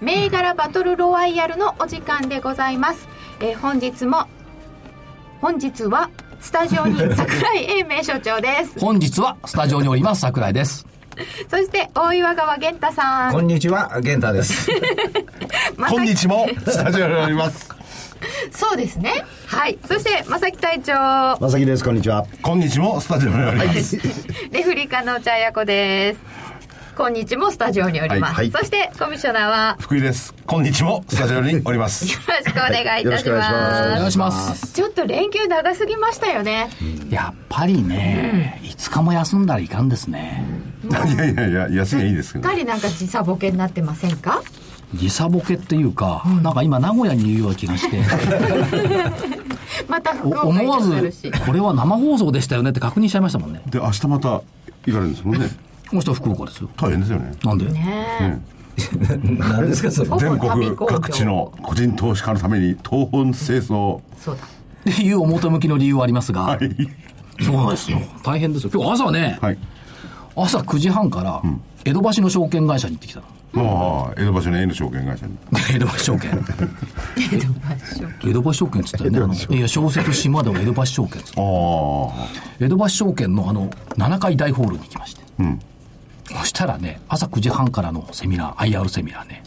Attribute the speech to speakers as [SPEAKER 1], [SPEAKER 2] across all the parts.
[SPEAKER 1] 銘柄バトルロワイヤルのお時間でございます、えー本日も本日はスタジオに桜井英明所長で す
[SPEAKER 2] 本日はスタジオにおります桜井です
[SPEAKER 1] そして大岩川源太さ
[SPEAKER 3] こ
[SPEAKER 1] ん
[SPEAKER 3] んにちは、玄太です。
[SPEAKER 1] まさ
[SPEAKER 4] 今日もスタジオにおります。
[SPEAKER 1] そうですねはいそして正木隊長
[SPEAKER 3] まさきです、こんにちは。
[SPEAKER 4] 今日もスタジオにおります。
[SPEAKER 1] レフリー課の茶屋子です今日もスタジオにおります、
[SPEAKER 4] はいはい
[SPEAKER 1] そしてコミッショナーは
[SPEAKER 4] 福井です。今日もスタジオにおります。
[SPEAKER 1] よろしくお願いいたし
[SPEAKER 3] よろしくお
[SPEAKER 1] ま
[SPEAKER 3] 願
[SPEAKER 1] す
[SPEAKER 2] お
[SPEAKER 3] い
[SPEAKER 2] 願いします
[SPEAKER 1] ちょっと連休長すぎましたよね
[SPEAKER 2] やっぱりね、5日も休んだらいかんですね
[SPEAKER 4] いやいやいや、休みはいいですけ
[SPEAKER 1] しっ
[SPEAKER 4] ど
[SPEAKER 1] か。りなんか時差ボケになってませんか
[SPEAKER 2] 時差ボケっていうか、なんか今名古屋にいるような気がして
[SPEAKER 1] また
[SPEAKER 2] お
[SPEAKER 1] 福岡
[SPEAKER 2] 思
[SPEAKER 1] 行
[SPEAKER 2] わ
[SPEAKER 1] っちゃ
[SPEAKER 2] ず
[SPEAKER 1] るし
[SPEAKER 2] これは生放送でしたよねって確認しちゃいましたもんね
[SPEAKER 4] で、明日また行かれるんですもんね。
[SPEAKER 2] この人は福岡ですよ
[SPEAKER 4] 大変ですよね。
[SPEAKER 2] なんで、
[SPEAKER 1] ね
[SPEAKER 3] 何ですか、それ。
[SPEAKER 1] ほぼ
[SPEAKER 4] 全
[SPEAKER 1] 旅
[SPEAKER 4] 国
[SPEAKER 1] 行業
[SPEAKER 4] 各地の個人投資家のために東本清掃。
[SPEAKER 1] えそうだ
[SPEAKER 2] っていう表向きの理由はありますが、
[SPEAKER 4] はい。
[SPEAKER 2] そうなんですよ大変ですよ今日朝ね、
[SPEAKER 4] はい。
[SPEAKER 2] 朝9時半から江戸橋の証券会社に行ってきたの
[SPEAKER 4] まあ、江戸橋の N 証券会社に。
[SPEAKER 2] 江戸橋証券江戸橋証券っつったよねあのいや小説島では江戸橋証券っつった
[SPEAKER 4] あ
[SPEAKER 2] 江戸橋証券のあの7階大ホールに行きまして、
[SPEAKER 4] ん
[SPEAKER 2] そしたらね朝9時半からのセミナー IR セミナーね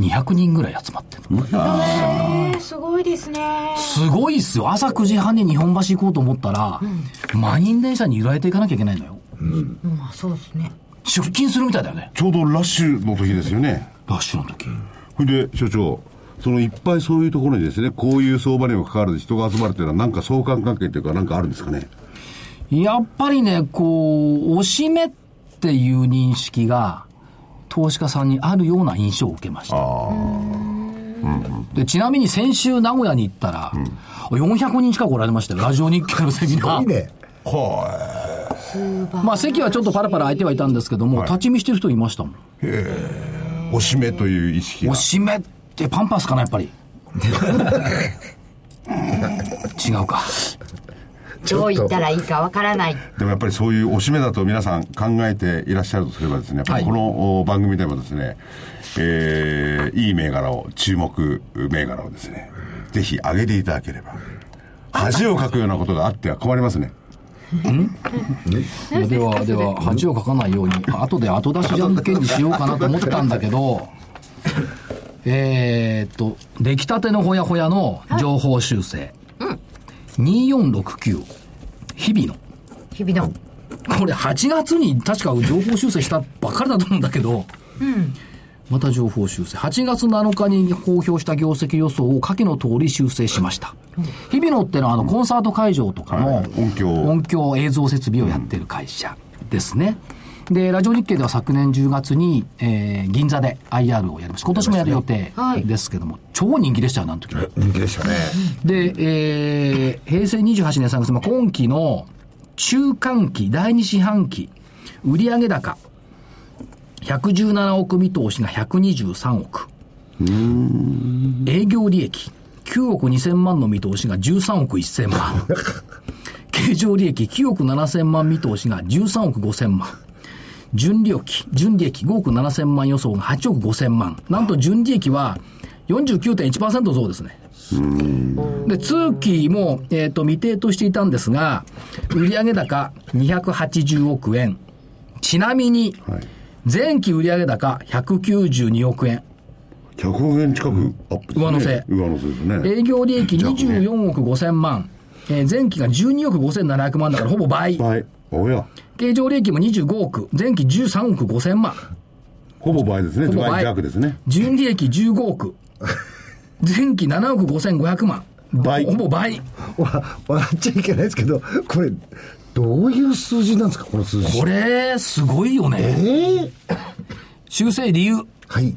[SPEAKER 2] 200人ぐらい集まってる
[SPEAKER 1] えー、すごいですね
[SPEAKER 2] すごいっすよ朝9時半に日本橋行こうと思ったら、満員電車に揺られていかなきゃいけないのよ
[SPEAKER 1] まあそうですね
[SPEAKER 2] 出勤するみたいだよね
[SPEAKER 4] あ。ちょうどラッシュの時ですよね。
[SPEAKER 2] ラッシュの時
[SPEAKER 4] それで、所長。そのいっぱいそういうところにですね、こういう相場にも関わらず人が集まるっていうのは、なんか相関関係というか、なんかあるんですかね。
[SPEAKER 2] やっぱりねこうおしめっていう認識が投資家さんにあるような印象を受けました
[SPEAKER 4] ああ。
[SPEAKER 2] でちなみに先週名古屋に行ったら、400人近くおられましたよラジオ日経のセミナー
[SPEAKER 3] いいね。
[SPEAKER 4] は
[SPEAKER 2] まあ席はちょっとパラパラ空いてはいたんですけども、立ち見してる人いましたもん。
[SPEAKER 4] い。おしめという意識が
[SPEAKER 2] お。しめってパンパスかな、やっぱり。違うか。
[SPEAKER 1] どう言ったらいいかわからない
[SPEAKER 4] でもやっぱりそういうおしめだと皆さん考えていらっしゃるとすればですね、やっぱりこのお番組でもですね、えー、いい銘柄を、注目銘柄をですね、ぜひ上げていただければ、恥をかくようなことがあっては困りますね。
[SPEAKER 2] では、では、恥をかかないように、後で後出しじゃんけんにしようかなと思ったんだけど、えーっと、出来たてのほやほやの情報修正。2469、日々の。
[SPEAKER 1] 日々の
[SPEAKER 2] これ8月に確か情報修正したばっかりだと思うんだけど、また情報修正8月7日に公表した業績予想を下記の通り修正しました、日々のってのはあのコンサート会場とかの、
[SPEAKER 4] はい音響
[SPEAKER 2] 音響映像設備をやってる会社ですね、でラジオ日経では昨年10月に、えー銀座で IR をやりました今年もやる予定
[SPEAKER 1] はい
[SPEAKER 2] ですけども、超人気でしたよなんときも
[SPEAKER 3] 人気でしたね。
[SPEAKER 2] で、えー平成28年3月、まあ、今期の中間期、第2四半期、売上高、117億見通しが123億。営業利益、9億2000万の見通しが13億1000万。経常利益、9億7000万見通しが13億5000万。純利益、純利益5億7000万予想が8億5000万。なんと純利益は49.1%増ですね。で、通期も、えっ、と、未定としていたんですが、売上高280億円。ちなみに、
[SPEAKER 4] はい。
[SPEAKER 2] 前期売上高192億円。
[SPEAKER 4] 100億円近くアップですね。
[SPEAKER 2] 上乗せ
[SPEAKER 4] 上乗せですね。
[SPEAKER 2] 営業利益24億5000万。えー前期が12億5700万だからほぼ倍。
[SPEAKER 4] 倍。おや。
[SPEAKER 2] 経常利益も25億。前期13億5000万。
[SPEAKER 4] ほぼ倍ですね。
[SPEAKER 2] ほぼ倍
[SPEAKER 4] 倍弱ですね。
[SPEAKER 2] 純利益15億。前期7億5500万。
[SPEAKER 4] 倍
[SPEAKER 2] ほぼ倍。
[SPEAKER 3] わ笑っちゃいけないですけど、これ、どういう数字なんですか、この数字。
[SPEAKER 2] これ、すごいよね。修正理由。
[SPEAKER 3] はい。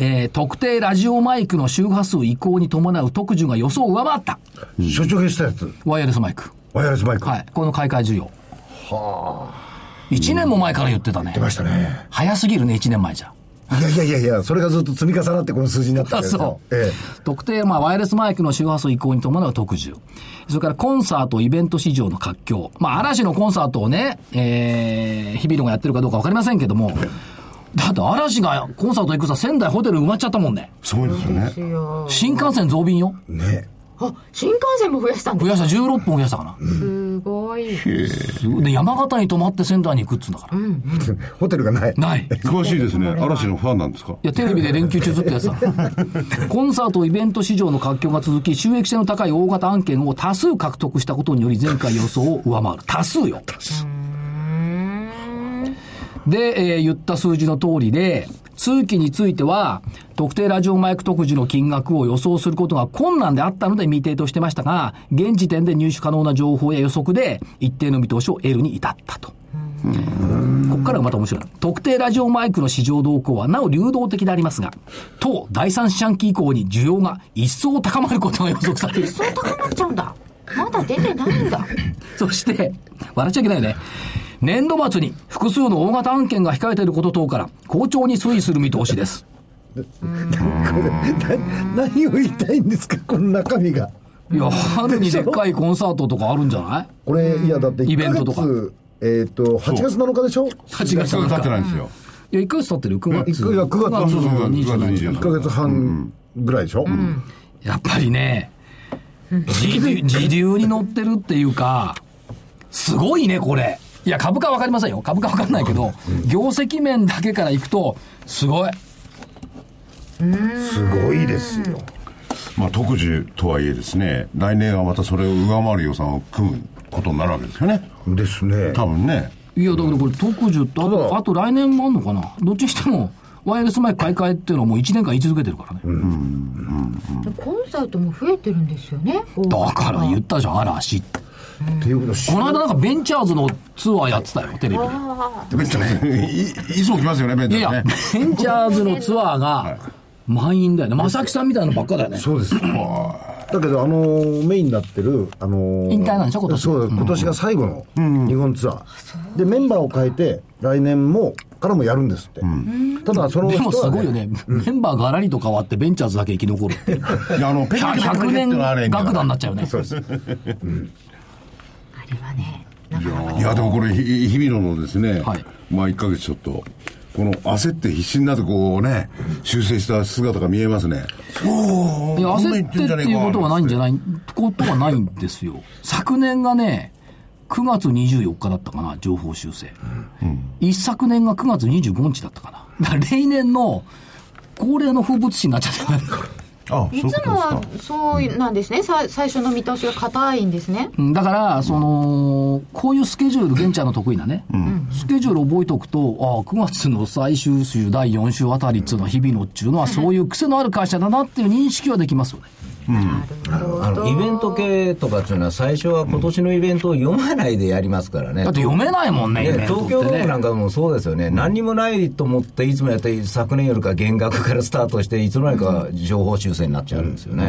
[SPEAKER 2] えー特定ラジオマイクの周波数移行に伴う特需が予想を上回った。
[SPEAKER 3] 所長がしたやつ、
[SPEAKER 2] ワイヤレスマイク。
[SPEAKER 3] ワイヤレスマイク。
[SPEAKER 2] はい。この買い替え需要。はあ。1年も前から言ってたね。
[SPEAKER 3] 出ましたね。
[SPEAKER 2] 早すぎるね、1年前じゃ。
[SPEAKER 3] いやいやいやいや、それがずっと積み重なってこの数字になったわ
[SPEAKER 2] あ
[SPEAKER 3] けですよ
[SPEAKER 2] そう、
[SPEAKER 3] え
[SPEAKER 2] 特定、まあ、ワイヤレスマイクの周波数移行に伴う特需。それからコンサート、イベント市場の活況。まあ、嵐のコンサートをね、えー、日比野がやってるかどうかわかりませんけども、だって嵐がコンサート行くさ、仙台ホテル埋まっちゃったもんね。
[SPEAKER 4] すごいですよね。
[SPEAKER 2] 新幹線増便よ。
[SPEAKER 3] えね
[SPEAKER 1] あ、新幹線も増やしたんだ
[SPEAKER 2] 増。やした、16本増やしたかな。
[SPEAKER 1] すごい。
[SPEAKER 2] で、山形に泊まって仙台に行くっつうんだから。
[SPEAKER 3] え。ホテルがない。
[SPEAKER 2] ない。
[SPEAKER 4] 詳しいですね。嵐のファンなんですか
[SPEAKER 2] いや、テレビで連休中ずっとやってたのコンサート、イベント市場の活況が続き、収益性の高い大型案件を多数獲得したことにより、前回予想を上回る。多数よ。で、えー言った数字の通りで、通期については、特定ラジオマイク特需の金額を予想することが困難であったので未定としてましたが、現時点で入手可能な情報や予測で、一定の見通しを得るに至ったと。ここからがまた面白い。特定ラジオマイクの市場動向はなお流動的でありますが、当第三四半期以降に需要が一層高まることが予測される。
[SPEAKER 1] そう高まっちゃうんだ。まだ出てないんだ。
[SPEAKER 2] そして、笑っちゃいけないよね。年度末に複数の大型案件が控えていること等から、好調に推移する見通しです。
[SPEAKER 3] な何を言いたいんですか、この中身が。
[SPEAKER 2] いや、春にでっかいコンサートとかあるんじゃない
[SPEAKER 3] これ、いや、だって1ヶ月、
[SPEAKER 2] イベントとか
[SPEAKER 3] えっ、と、8月7日でしょ
[SPEAKER 2] ?8 月
[SPEAKER 4] それ
[SPEAKER 2] なん
[SPEAKER 4] 経
[SPEAKER 2] か
[SPEAKER 4] ってないんですよ。
[SPEAKER 2] いや、1ヶ月経ってる ?9 月。
[SPEAKER 3] いや九月
[SPEAKER 2] 9
[SPEAKER 3] そう
[SPEAKER 4] そう
[SPEAKER 2] 27
[SPEAKER 3] ?1 ヶ月半ぐらいでしょ、
[SPEAKER 2] やっぱりね、自流自流に乗ってるっていうか、すごいね、これ。いや、株価わかりませんよ。株価わかんないけど、業績面だけからいくと、すごい。
[SPEAKER 3] すごいですよ。
[SPEAKER 4] まあ、特需とはいえですね、来年はまたそれを上回る予算を組むことになるわけですよね。
[SPEAKER 3] ですね。
[SPEAKER 4] 多分ね。
[SPEAKER 2] いや、だからこれ、特需と、あ
[SPEAKER 3] た
[SPEAKER 2] と、
[SPEAKER 3] だ
[SPEAKER 2] あと来年もあんのかな。どっちにしても、ワイヤレスマイク買い替えっていうのはもう1年間言い続けてるからね。
[SPEAKER 5] コンサートも増えてるんですよね。
[SPEAKER 2] だから言ったじゃん、嵐って。
[SPEAKER 3] っていうことし
[SPEAKER 2] この間なんかベンチャーズのツアーやってたよ、テレビで。
[SPEAKER 4] ベンチャーいい つも来ますよね、ベンチ
[SPEAKER 2] い
[SPEAKER 4] ャ
[SPEAKER 2] やい
[SPEAKER 4] ー
[SPEAKER 2] や
[SPEAKER 4] ね。、
[SPEAKER 2] ベンチャーズのツアーが、満員だよね。正木さんみたいなのばっかだよね。
[SPEAKER 3] そうです。だけど、あのーメインになってる、あのー
[SPEAKER 2] 引退なんでしょ今年
[SPEAKER 3] そう、今年が最後の日本ツアー。で、メンバーを変えて、来年も、からもやるんですって。ただ、その
[SPEAKER 2] でもす
[SPEAKER 3] 人は
[SPEAKER 2] ごいよね、メンバーがらりと変わって、ベンチャーズだけ生き残るって、
[SPEAKER 4] いや、あの、ペンチャーズ
[SPEAKER 2] 100年楽団になっちゃうよね、
[SPEAKER 4] いやでもこれひ日比野のですね、
[SPEAKER 2] はい
[SPEAKER 4] まあ1ヶ月ちょっとこの焦って必死になってこうね修正した姿が見えますねお
[SPEAKER 2] いや焦ってっていうことはないんじゃない、ことはないんです よ、昨年がね、9月24日だったかな、情報修正、一昨年が9月25日だったかな、だから例年の恒例の風物詩になっちゃった、
[SPEAKER 4] あ
[SPEAKER 1] いつもはそうなんですね。さ最初の見通しが硬いんですね。
[SPEAKER 2] うんだから、その、こういうスケジュール、玄ちゃんの得意なね、スケジュール覚えておくと、ああ、9月の最終週、第4週あたりっていうのは、日々のっていうのは、そういう癖のある会社だなっていう認識はできますよね。
[SPEAKER 6] あのイベント系とかっていうのは最初は今年のイベントを読まないでやりますからね、
[SPEAKER 2] だって読めないもんね、イ
[SPEAKER 6] ね
[SPEAKER 2] ベントっ
[SPEAKER 6] 東
[SPEAKER 2] て
[SPEAKER 6] 京ドームな
[SPEAKER 2] ね
[SPEAKER 6] んかもそうですよね、何にもないと思っていつもやって昨年よりか減額からスタートしていつの間にか情報修正になっちゃうんですよね、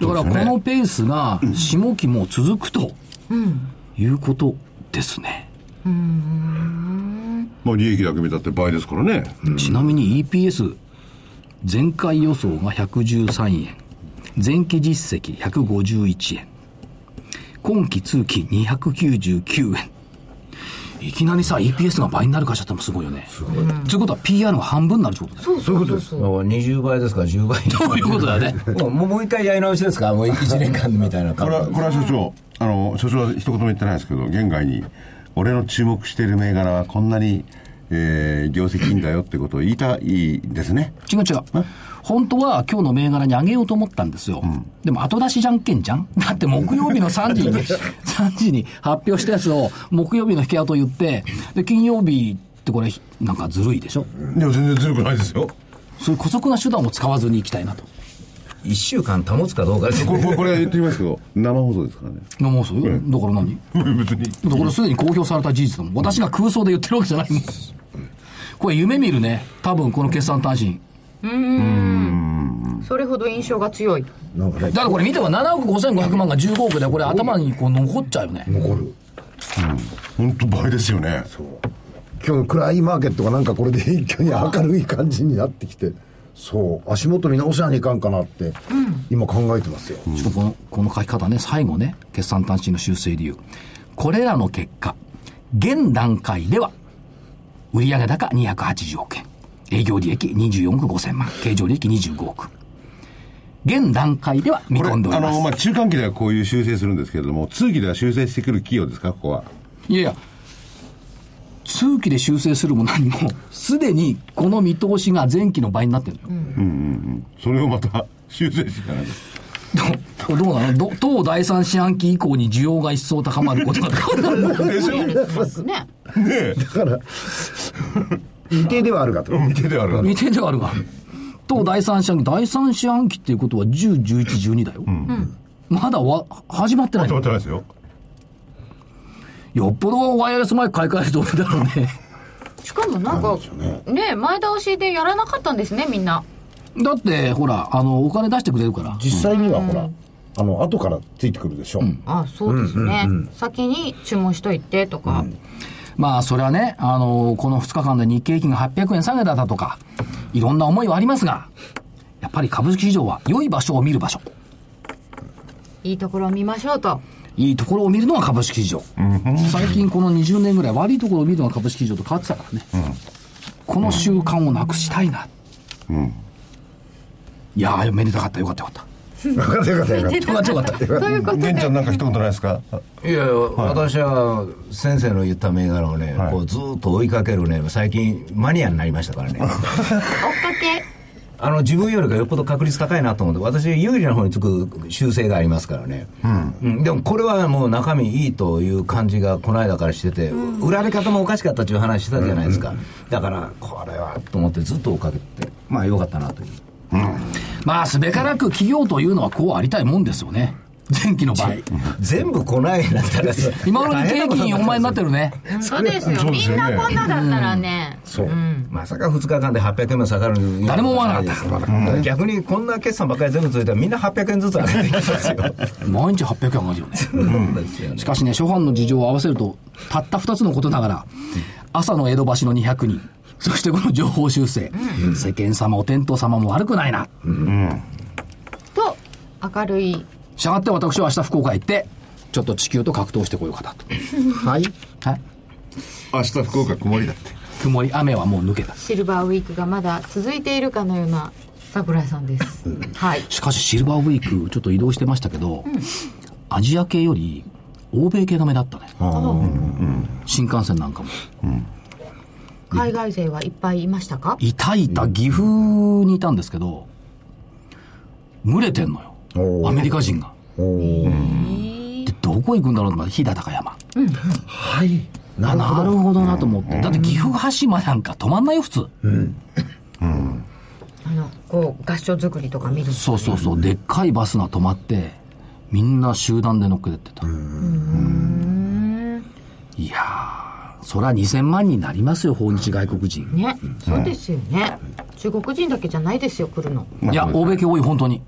[SPEAKER 2] だから、このペースが、下期も続くと、いうことですね。
[SPEAKER 4] まあ利益だけ見たって倍ですからね、
[SPEAKER 2] ちなみに EPS、前回予想が113円、前期実績151円、今期通期299円。いきなりさ、EPS が倍になる会社ってもすごいよね。すごい。ということは PR の半分になるってことだよ。
[SPEAKER 3] そういうことです。
[SPEAKER 6] 20倍 ですから10倍
[SPEAKER 2] そういうことだよね。
[SPEAKER 6] もうもう一回やり直しですかもう1年間みたいな
[SPEAKER 4] こ
[SPEAKER 6] 感
[SPEAKER 4] れはこれは所長あの所長は一言も言ってないですけど現外に俺の注目している銘柄はこんなに、えー業績いいんだよってことを言いたいですね
[SPEAKER 2] 違う違う。本当は今日の銘柄にあげようと思ったんですよ。でも後出しじゃんけんじゃん だって木曜日の3時に、3時 に発表したやつを木曜日の引け跡言って、で、金曜日ってこれ、なんかずるいでしょ
[SPEAKER 4] でも全然ずるくないですよ
[SPEAKER 2] そういう姑息な手段を使わずに行きたいなと。
[SPEAKER 6] 1週間保つかどうかです
[SPEAKER 4] これこれこれは言ってみますけど生放送ですからね
[SPEAKER 2] 思うすよ。だから何だ
[SPEAKER 4] 別に
[SPEAKER 2] からすでに公表された事実だもん。私が空想で言ってるわけじゃないもん。これ夢見るね。多分この決算単身。
[SPEAKER 1] それほど印象が強い。
[SPEAKER 3] なんかね
[SPEAKER 2] だからこれ見ても7億5500万が15億で、これ頭にこう残っちゃうよね。
[SPEAKER 3] 残る
[SPEAKER 4] 本当倍ですよね
[SPEAKER 3] 今日の暗いマーケットがなんかこれで一挙に明るい感じになってきてそう足元見直しなにいかんかなって、今考えてますよ、
[SPEAKER 2] ちょっとこの、この書き方ね、最後ね、決算単身の修正理由。これらの結果、現段階では、売上高280億円、営業利益24億5000万、経常利益25億。現段階では見
[SPEAKER 4] これ
[SPEAKER 2] 込
[SPEAKER 4] あ
[SPEAKER 2] んでおりま
[SPEAKER 4] の、
[SPEAKER 2] す。
[SPEAKER 4] まあ、中間期ではこういう修正するんですけれども通期では修正してくる企業ですかここはい
[SPEAKER 2] やいや、通期で修正するも何も、すでにこの見通しが前期の倍になってるのよ。
[SPEAKER 4] それをまた修正していかないと
[SPEAKER 2] どどうなのど当第三四半期以降に需要が一層高まることが
[SPEAKER 4] でしょ
[SPEAKER 1] ね。
[SPEAKER 4] ね
[SPEAKER 3] 未定ではあるがと、
[SPEAKER 4] え見てであるから
[SPEAKER 2] 見てではあるが当第三四半期第三四半期っていうことは101112だよ、まだわ始まってない
[SPEAKER 4] 止ま
[SPEAKER 2] よ
[SPEAKER 4] ってないですよ
[SPEAKER 2] っぽどワイヤレスマイク買い替えると俺だろうね
[SPEAKER 1] しかもなんか、ね、前倒しでやらなかったんですね、みんな。
[SPEAKER 2] だってほらあのお金出してくれるから
[SPEAKER 3] 実際にはほら、あの後からついてくるでしょ、
[SPEAKER 1] あそうですね、先に注文しといてとか、
[SPEAKER 2] まあそれはねあのこの2日間で日経平均が800円下げただとかいろんな思いはありますがやっぱり株式市場は良い場所を見る場所
[SPEAKER 1] いいところを見ましょうと
[SPEAKER 2] いいところを見るのが株式市場。最近この20年ぐらい悪いところを見るのが株式市場と変わってたからね。この習慣をなくしたいな。いやー、めでたかった。よかったよかっ。
[SPEAKER 3] 分かった分かった分か
[SPEAKER 2] よかっ
[SPEAKER 3] った
[SPEAKER 2] たよかった。
[SPEAKER 1] ということで
[SPEAKER 4] 玄ちゃんなんか一言ないですか
[SPEAKER 6] いやいや、私は先生の言った銘柄をね、
[SPEAKER 4] はい
[SPEAKER 6] こうずーっと追いかけるね最近マニアになりましたからね
[SPEAKER 1] 追っかけ
[SPEAKER 6] あの自分よりがよっぽど確率高いなと思って私有利な方につく修正がありますからね、うんでもこれはもう中身いいという感じがこの間からしてて、売られ方もおかしかったという話してたじゃないですか、だからこれはと思ってずっと追いかけてまあよかったなという
[SPEAKER 2] まあ、すべからく企業というのはこうありたいもんですよね。前期の場合。
[SPEAKER 6] 全部来ないなったらさ
[SPEAKER 2] 今頃日経平均4万円になって
[SPEAKER 6] る
[SPEAKER 2] るね。
[SPEAKER 1] そうですよ
[SPEAKER 4] そうで
[SPEAKER 1] み
[SPEAKER 4] すよ
[SPEAKER 1] ん
[SPEAKER 4] ね
[SPEAKER 1] なこんなだったらね、
[SPEAKER 3] そう、
[SPEAKER 6] まさか2日間で800円も下がる
[SPEAKER 2] 誰も思わなかった
[SPEAKER 6] うん逆にこんな決算ばっかり全部ついたらみんな800円ずつ上げていきますよ
[SPEAKER 2] 毎日800円上がるよね。
[SPEAKER 6] そう ですよね
[SPEAKER 2] しかしね、諸般の事情を合わせると、たった2つのことながら、朝の江戸橋の200人、そしてこの情報修正、世間様、お天道様も悪くないな。
[SPEAKER 1] と明るい
[SPEAKER 2] したがって私は明日福岡へ行って、ちょっと地球と格闘してこようかな
[SPEAKER 3] はい
[SPEAKER 2] と。はい。
[SPEAKER 4] 明日福岡曇りだって
[SPEAKER 2] 曇り、雨はもう抜けた。
[SPEAKER 1] シルバーウィークがまだ続いているかのような桜井さんです、はい
[SPEAKER 2] しかしシルバーウィーク、ちょっと移動してましたけど、アジア系より、欧米系が目立ったね。新幹線なんかも。
[SPEAKER 1] 海外勢はいっぱいいましたか
[SPEAKER 2] いたいた岐阜にいたんですけど、群れてんのよ。アメリカ人が。で、どこ行くんだろうと思って、飛騨高山。
[SPEAKER 3] はい
[SPEAKER 2] あなるほどなと思って。だって岐阜羽島なんか止まんないよ、普通。
[SPEAKER 1] あのこう合掌作りとか見る
[SPEAKER 2] そうそうそう。でっかいバスが止まって、みんな集団で乗っけてってた。いやー、そりゃ2000万になりますよ、訪日外国人。
[SPEAKER 1] ね、そうですよね、中国人だけじゃないですよ来るの
[SPEAKER 2] いや、欧米系多い、本当に。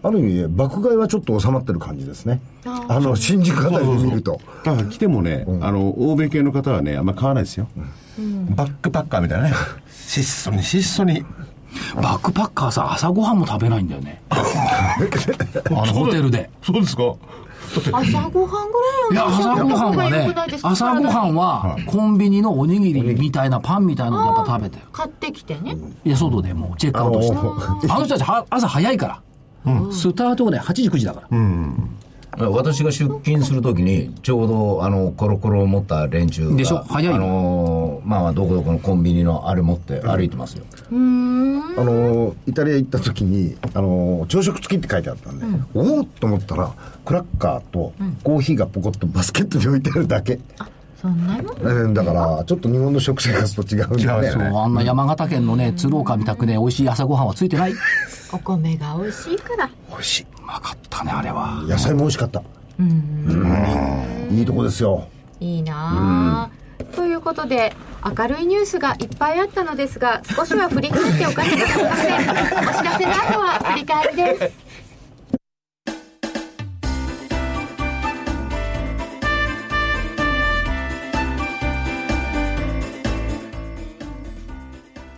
[SPEAKER 3] ある意味で爆買いはちょっと収まってる感じですねあの新宿あたりで見ると
[SPEAKER 4] だから来てもね、あの欧米系の方はねあんま買わないですよ、バックパッカーみたいなね質素に質素に
[SPEAKER 2] バックパッカーさ、朝ごはんも食べないんだよね。 あの、ホテルで。
[SPEAKER 4] そうですか
[SPEAKER 1] 朝ごはんぐ
[SPEAKER 2] い
[SPEAKER 1] ら
[SPEAKER 2] や、
[SPEAKER 1] いは
[SPEAKER 2] 朝ごはんはね、朝ごはんは、コンビニのおにぎりみたいなパンみたいなのやっぱ食べてる。
[SPEAKER 1] 買ってきてね、
[SPEAKER 2] いや、外でもうチェックアウトして。あの人たちは朝早いから。スタートがね、8時、9時だから。
[SPEAKER 6] 私が出勤するときにちょうどあのコロコロを持った連中が
[SPEAKER 2] でしょ早いよ
[SPEAKER 6] あのまあまあどこどこのコンビニのあれ持って歩いてますよ、
[SPEAKER 3] あのイタリア行った時にあの朝食付きって書いてあったんで、おおっと思ったらクラッカーとコーヒーがポコッとバスケットに置いてあるだけ、
[SPEAKER 1] そんなの
[SPEAKER 3] うんだからちょっと日本の食生活と違うんだ
[SPEAKER 4] 違
[SPEAKER 3] ね
[SPEAKER 4] う
[SPEAKER 2] そうあんな山形県のね、鶴岡みたくね、美味しい朝ごはんはついてない。う
[SPEAKER 1] お米が美味しいから
[SPEAKER 3] 美味しい
[SPEAKER 2] まかったね、あれは。
[SPEAKER 3] 野菜も美味しかったうんいいとこですよ
[SPEAKER 1] いいなあということで明るいニュースがいっぱいあったのですが少しは振り返っておかなきゃなりませんお知らせの後は振り返りです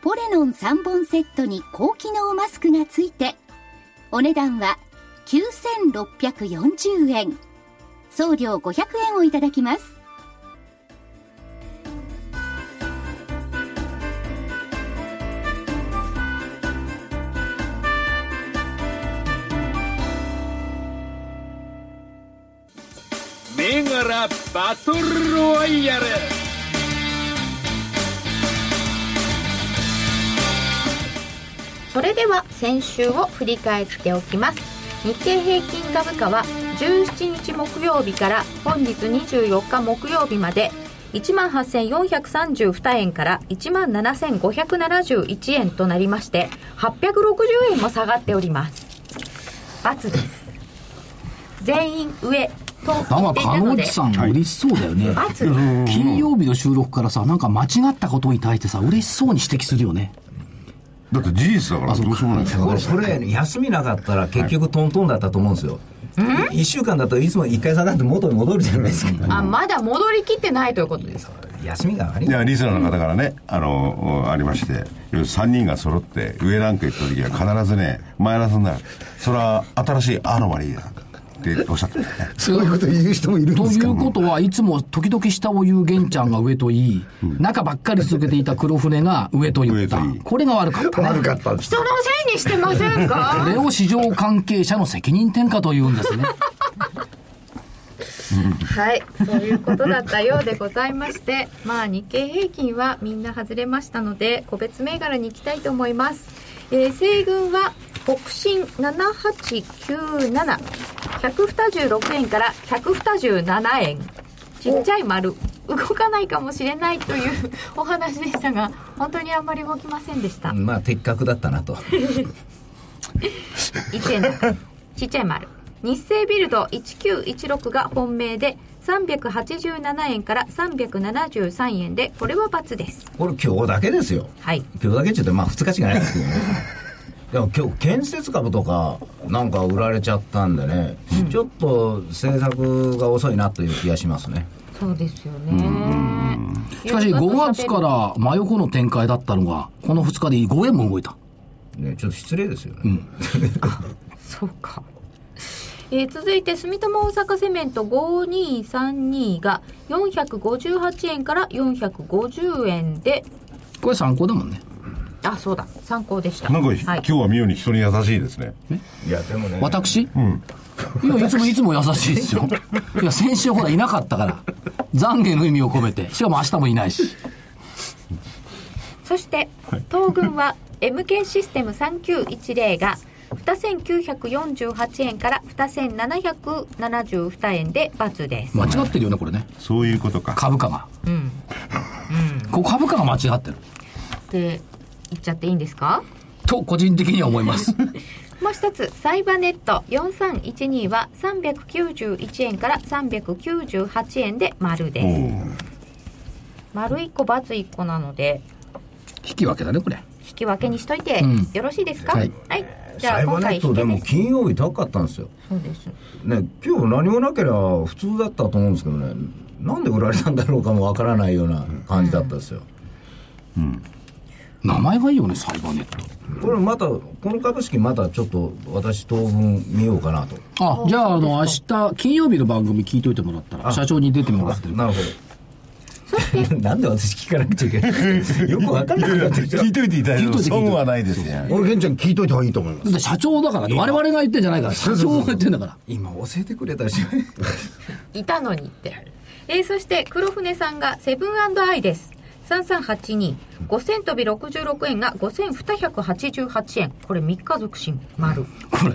[SPEAKER 7] ポレノン3本セットに高機能マスクがついてお値段は9640円送料500円をいただきます
[SPEAKER 8] 銘柄バトルロワイヤル
[SPEAKER 1] それでは先週を振り返っておきます日経平均株価は17日木曜日から本日24日木曜日まで18,432円から17,571円となりまして860円も下がっております×です全員上と言
[SPEAKER 2] な
[SPEAKER 1] っ
[SPEAKER 2] ん
[SPEAKER 1] て
[SPEAKER 2] か
[SPEAKER 1] いた
[SPEAKER 2] 鹿
[SPEAKER 1] の
[SPEAKER 2] 野
[SPEAKER 1] で
[SPEAKER 2] 内さん嬉しそうだよね、
[SPEAKER 1] ×
[SPEAKER 2] 金曜日の収録からさなんか間違ったことに対してさ嬉しそうに指摘するよね
[SPEAKER 4] だって事実だからどうしようもないです
[SPEAKER 6] これこれ休みなかったら結局トントンだったと思うんですよ、一1週間だといつも1回下がって元に戻るじゃないですか
[SPEAKER 1] あまだ戻りきってないということです
[SPEAKER 6] 休みがあり
[SPEAKER 4] いやリスナーの方からね、あのおありまして3人が揃って上ランク行った時は必ずねマイナスになるそれは新しいアロマリーだっておっしゃってましたね
[SPEAKER 3] そういうこと言う人もいるん
[SPEAKER 2] と
[SPEAKER 3] です
[SPEAKER 2] い
[SPEAKER 3] か
[SPEAKER 2] うことはいつも時々下を言う玄ちゃんが上と言い、中ばっかり続けていた黒船が上と言った
[SPEAKER 4] 上と言い
[SPEAKER 2] これが悪かったね
[SPEAKER 3] 悪かったです
[SPEAKER 1] 人のせいにしてません
[SPEAKER 2] こ
[SPEAKER 1] か
[SPEAKER 2] れを市場関係者の責任転嫁というんですね
[SPEAKER 1] はいそういうことだったようでございまして まあ日経平均はみんな外れましたので個別銘柄に行きたいと思います、えー西軍は北進7897126円から127円ちっちゃい丸動かないかもしれないというお話でしたが本当にあんまり動きませんでした
[SPEAKER 6] まあ的確だったなと
[SPEAKER 1] 1円だちっちゃい丸日清ビルド1916が本命で387円から373円でこれは×です
[SPEAKER 6] これ今日だけですよ
[SPEAKER 1] はい
[SPEAKER 6] 今日だけって言ってまあ2日しかないんです けどねでも今日建設株とかなんか売られちゃったんでね、ちょっと政策が遅いなという気がしますね
[SPEAKER 1] そうですよね
[SPEAKER 2] しかし5月から真横の展開だったのがこの2日で5円も動いた
[SPEAKER 6] ねちょっと失礼ですよね、
[SPEAKER 1] そうか、えー続いて住友大阪セメント5232が458円から450円で
[SPEAKER 2] これ参考だもんね
[SPEAKER 1] あそうだ参考でした
[SPEAKER 4] なんか、
[SPEAKER 1] はい
[SPEAKER 4] 今日は妙に人に優しいですね
[SPEAKER 6] いやでもね
[SPEAKER 2] 私、いやいつもいつも優しいですよいや先週ほらいなかったから懺悔の意味を込めてしかも明日もいないし
[SPEAKER 1] そして東軍は MK システム3910が2948円から2772円で×です、
[SPEAKER 2] 間違ってるよねこれね
[SPEAKER 4] そういうことか
[SPEAKER 2] 株価がこう株価が間違ってる
[SPEAKER 1] って言っちゃっていいんですか
[SPEAKER 2] と個人的には思います
[SPEAKER 1] もう一つサイバネット4312は391円から398円で丸
[SPEAKER 4] お
[SPEAKER 1] です
[SPEAKER 4] う
[SPEAKER 1] 丸1個×一個なので
[SPEAKER 2] 引き分けだねこれ
[SPEAKER 1] 引き分けにしといて
[SPEAKER 2] うん
[SPEAKER 1] よろしいですか、
[SPEAKER 2] は
[SPEAKER 1] はいい、じゃ
[SPEAKER 6] サ
[SPEAKER 1] あ
[SPEAKER 6] イバ
[SPEAKER 1] 今
[SPEAKER 6] ネ
[SPEAKER 1] 回
[SPEAKER 6] ッ
[SPEAKER 1] 引
[SPEAKER 6] ト
[SPEAKER 1] け
[SPEAKER 6] でも
[SPEAKER 1] です
[SPEAKER 6] 金曜日高かったんですよ
[SPEAKER 1] そうです
[SPEAKER 6] ね今日何もなければ普通だったと思うんですけどねなんで売られたんだろうかもわからないような感じだったですよ、
[SPEAKER 2] 名前がいいよね、サイバーネット。
[SPEAKER 6] これまた、この株式またちょっと私当分見ようかなと。
[SPEAKER 2] あ、じゃあ、あの、明日、金曜日の番組聞いといてもらったら、社長に出てもらってる。
[SPEAKER 6] なるほど。 なんで私聞かなくちゃいけないよくわかんなくなってきた。
[SPEAKER 9] 聞いといていただいて
[SPEAKER 2] 聞
[SPEAKER 9] も
[SPEAKER 2] いといて聞いといて
[SPEAKER 9] 損はないですね。
[SPEAKER 3] 俺、玄ちゃん聞いといた方がいいと思いま
[SPEAKER 2] だって社長だからね、我々が言ってんじゃないから、社長が言ってんだから。
[SPEAKER 6] 今教えてくれた し。
[SPEAKER 1] いたのにって。えーそして黒船さんがセブンアイです。3382。5000飛び66円が5288円。これ3日続進。丸。
[SPEAKER 2] これ、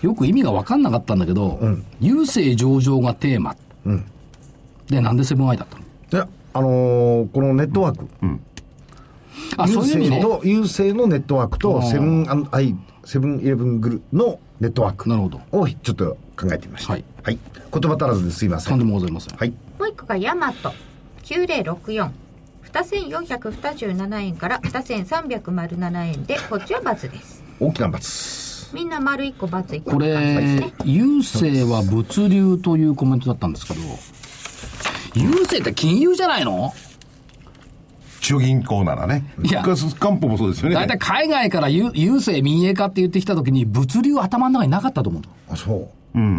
[SPEAKER 2] よく意味が分かんなかったんだけど、郵政上場がテーマ。で、なんでセブンアイだったの
[SPEAKER 3] す。で、あのーこのネットワーク。
[SPEAKER 2] あ、
[SPEAKER 3] 郵
[SPEAKER 2] そういう意味
[SPEAKER 3] 政
[SPEAKER 2] ね。
[SPEAKER 3] と、郵政のネットワークと、セブンアイ、セブンイレブングルのネットワーク。
[SPEAKER 2] なるほど
[SPEAKER 3] をちょっと考えてみました。
[SPEAKER 2] は
[SPEAKER 3] はいい。言葉足らずですいませ
[SPEAKER 2] とんで
[SPEAKER 3] ん。
[SPEAKER 2] もございません。
[SPEAKER 3] はい。
[SPEAKER 1] もう1個がヤマト。9064。2427円から2307円で、こっちは×です。
[SPEAKER 3] 大きな罰。
[SPEAKER 1] みんな丸1個×一個
[SPEAKER 2] これ、郵政は物流というコメントだったんですけど、郵政って金融じゃないの
[SPEAKER 4] 中銀行ならね。
[SPEAKER 2] いや
[SPEAKER 4] 復活官報もそうですよね。
[SPEAKER 2] 大体海外から郵郵政民営化って言ってきたときに、物流頭の中になかったと思うの。
[SPEAKER 3] あ、そう。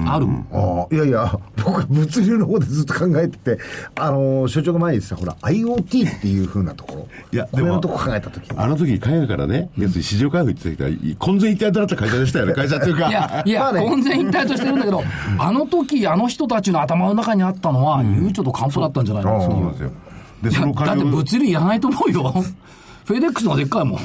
[SPEAKER 2] ある
[SPEAKER 3] ああ、いやいや、 僕は物流の方でずっと考えてて、あのー所長が前に言ってた、ほら、IoT っていうふうなところ。
[SPEAKER 4] いや
[SPEAKER 3] これのとこ考えたときに。
[SPEAKER 4] あの時に海外からね、要するに市場開放行ってきたら、混然一体となった会社でしたよね、会社というか。
[SPEAKER 2] い や、いや、混然一体としてるんだけど、あの時、あの人たちの頭の中にあったのは、ゆうちょと漢方だったんじゃないの
[SPEAKER 4] そう
[SPEAKER 2] そ
[SPEAKER 4] なん
[SPEAKER 2] う
[SPEAKER 4] ですよ。で、
[SPEAKER 2] い
[SPEAKER 4] その
[SPEAKER 2] やだって
[SPEAKER 4] 金を、
[SPEAKER 2] 物流いらないと思うよ。フェデックスのでっかいもん。